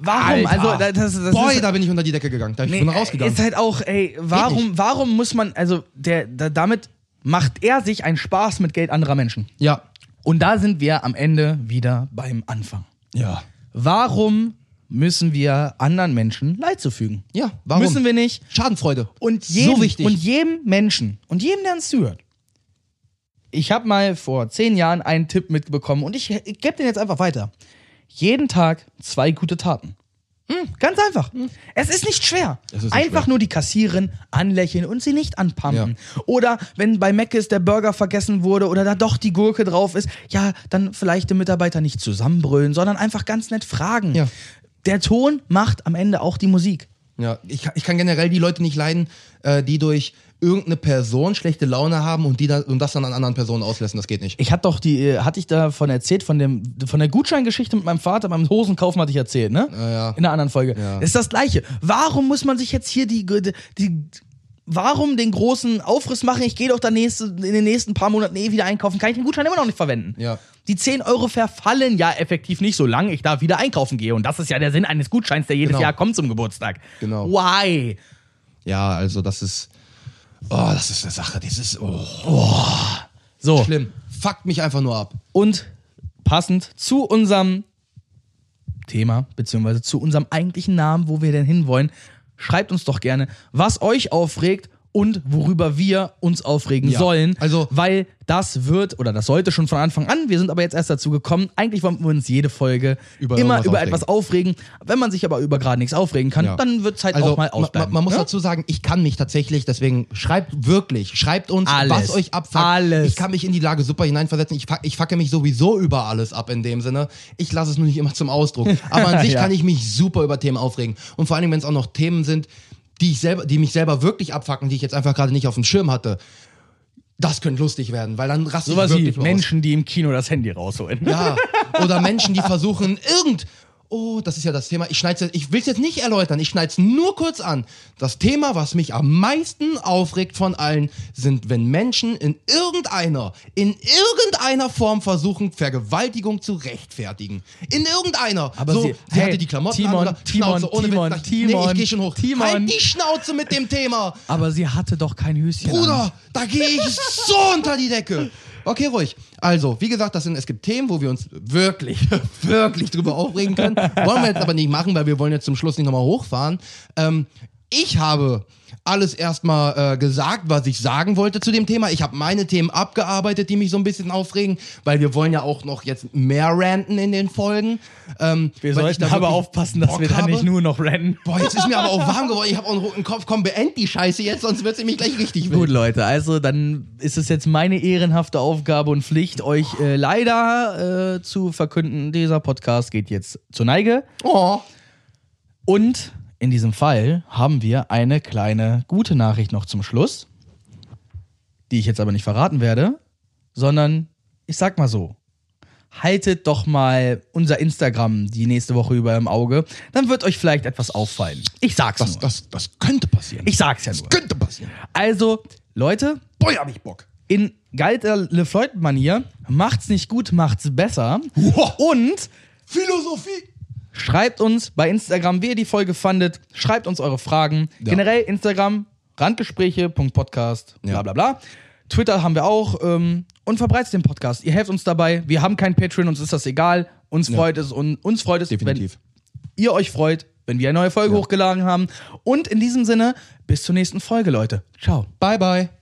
Warum?
Alter.
Also da- das, das
Boah,
ist,
da bin ich unter die Decke gegangen, da bin ich
nee,
bin rausgegangen.
ist halt auch, ey, warum, warum muss man, also der, da, damit macht er sich einen Spaß mit Geld anderer Menschen.
ja.
Und da sind wir am Ende wieder beim Anfang.
Ja.
Warum müssen wir anderen Menschen Leid zufügen?
Ja, warum?
Müssen wir nicht.
Schadenfreude.
Und jedem,
so wichtig.
und jedem Menschen und jedem, der uns zuhört. Ich habe mal vor zehn Jahren einen Tipp mitbekommen und ich, ich gebe den jetzt einfach weiter. Jeden Tag zwei gute Taten. Hm, ganz einfach. Es ist nicht schwer.
Es ist nicht
einfach
schwer.
nur die Kassiererin anlächeln und sie nicht anpampen. Oder wenn bei Mc's der Burger vergessen wurde oder da doch die Gurke drauf ist, ja, dann vielleicht den Mitarbeiter nicht zusammenbrüllen, sondern einfach ganz nett fragen.
Ja.
Der Ton macht am Ende auch die Musik.
ja, ich, ich kann generell die Leute nicht leiden, äh, die durch irgendeine Person schlechte Laune haben und, die dann, und das dann an anderen Personen auslassen, das geht nicht.
Ich hatte doch die, äh, hatte ich davon erzählt, von, dem, von der Gutscheingeschichte mit meinem Vater, beim Hosenkaufen hatte ich erzählt, ne?
ja.
In einer anderen Folge.
Ja.
Ist das Gleiche. Warum muss man sich jetzt hier die, die, die warum den großen Aufriss machen? Ich gehe doch dann nächste, in den nächsten paar Monaten eh wieder einkaufen, kann ich den Gutschein immer noch nicht verwenden.
Ja.
Die 10 Euro verfallen ja effektiv nicht, solange ich da wieder einkaufen gehe. Und das ist ja der Sinn eines Gutscheins, der jedes
Genau.
Jahr kommt zum Geburtstag.
Genau.
Why?
Ja, also das ist, oh, das ist eine Sache, das ist, oh.
So.
Schlimm. Fuckt mich einfach nur ab.
Und passend zu unserem Thema, beziehungsweise zu unserem eigentlichen Namen, wo wir denn hinwollen, schreibt uns doch gerne, was euch aufregt und worüber wir uns aufregen
Ja,
sollen.
also-
weil das wird, oder das sollte schon von Anfang an, wir sind aber jetzt erst dazu gekommen, eigentlich wollten wir uns jede Folge
Über
immer
irgendwas
über
aufregen.
etwas aufregen. Wenn man sich aber über gerade nichts aufregen kann,
Ja.
dann wird es halt
also,
auch mal
ma- ma-
ausbleiben.
man muss
ne?
dazu sagen, ich kann mich tatsächlich, deswegen schreibt wirklich, schreibt uns,
Alles.
was euch abfuckt.
Alles.
Ich kann mich in die Lage super hineinversetzen. Ich, fuck, ich fucke mich sowieso über alles ab in dem Sinne. Ich lasse es nur nicht immer zum Ausdruck. Aber an sich
Ja.
kann ich mich super über Themen aufregen. Und vor allen Dingen, wenn es auch noch Themen sind, die, ich selber, die mich selber wirklich abfucken, die ich jetzt einfach gerade nicht auf dem Schirm hatte. Das könnte lustig werden, weil dann raste
Sowas
ich
wie
wirklich los.
Menschen, die im Kino das Handy rausholen.
Ja. Oder Menschen, die versuchen, irgend. Oh, das ist ja das Thema. Ich schneid's jetzt, ich will's jetzt nicht erläutern, ich schneid's nur kurz an. Das Thema, was mich am meisten aufregt von allen, sind, wenn Menschen in irgendeiner, in irgendeiner Form versuchen, Vergewaltigung zu rechtfertigen. In irgendeiner.
Aber
so,
sie-
sie
hey,
hatte die Klamotten
Timon,
an oder
Timon,
Schnauze, ohne
Timon,
Witz.
Timon,
nee, ich geh schon hoch.
Timon.
Halt die Schnauze mit dem Thema.
Aber sie hatte doch kein Höschen. An.
Bruder, da gehe ich so unter die Decke. Okay, ruhig. Also, wie gesagt, das sind, es gibt Themen, wo wir uns wirklich, wirklich drüber aufregen können. Wollen wir jetzt aber nicht machen, weil wir wollen jetzt zum Schluss nicht nochmal hochfahren. Ähm, ich habe alles erstmal äh, gesagt, was ich sagen wollte zu dem Thema. Ich habe meine Themen abgearbeitet, die mich so ein bisschen aufregen, weil wir wollen ja auch noch jetzt mehr ranten in den Folgen. Ähm, weil
Wir
ich
sollten
da
aber
wirklich
aufpassen, dass
Bock
wir da
habe.
nicht nur noch rennen.
Boah, jetzt ist mir aber auch warm geworden. Ich habe auch einen roten Kopf. Komm, beend die Scheiße jetzt, sonst wird sie mich gleich richtig wild.
Gut, Leute, also dann ist es jetzt meine ehrenhafte Aufgabe und Pflicht, euch äh, leider äh, zu verkünden, dieser Podcast geht jetzt zur Neige.
Oh.
Und in diesem Fall haben wir eine kleine gute Nachricht noch zum Schluss, die ich jetzt aber nicht verraten werde, sondern ich sag mal so. Haltet doch mal unser Instagram die nächste Woche über im Auge, dann wird euch vielleicht etwas auffallen. Ich sag's
Das,
nur.
das, das könnte passieren.
ich sag's ja nur.
das könnte passieren.
Also, Leute,
Boah, hab ich Bock.
in geiler LeFloid-Manier, macht's nicht gut, macht's besser. Und
Philosophie.
schreibt uns bei Instagram, wie ihr die Folge fandet. Schreibt uns eure Fragen. Generell Instagram, randgespräche.podcast, bla
Ja.
bla bla. Twitter haben wir auch. Ähm, und verbreitet den Podcast. Ihr helft uns dabei. Wir haben kein Patreon, uns ist das egal. Uns freut es und uns freut es,
Definitiv.
wenn ihr euch freut, wenn wir eine neue Folge hochgeladen haben. Und in diesem Sinne, bis zur nächsten Folge, Leute. Ciao.
Bye, bye.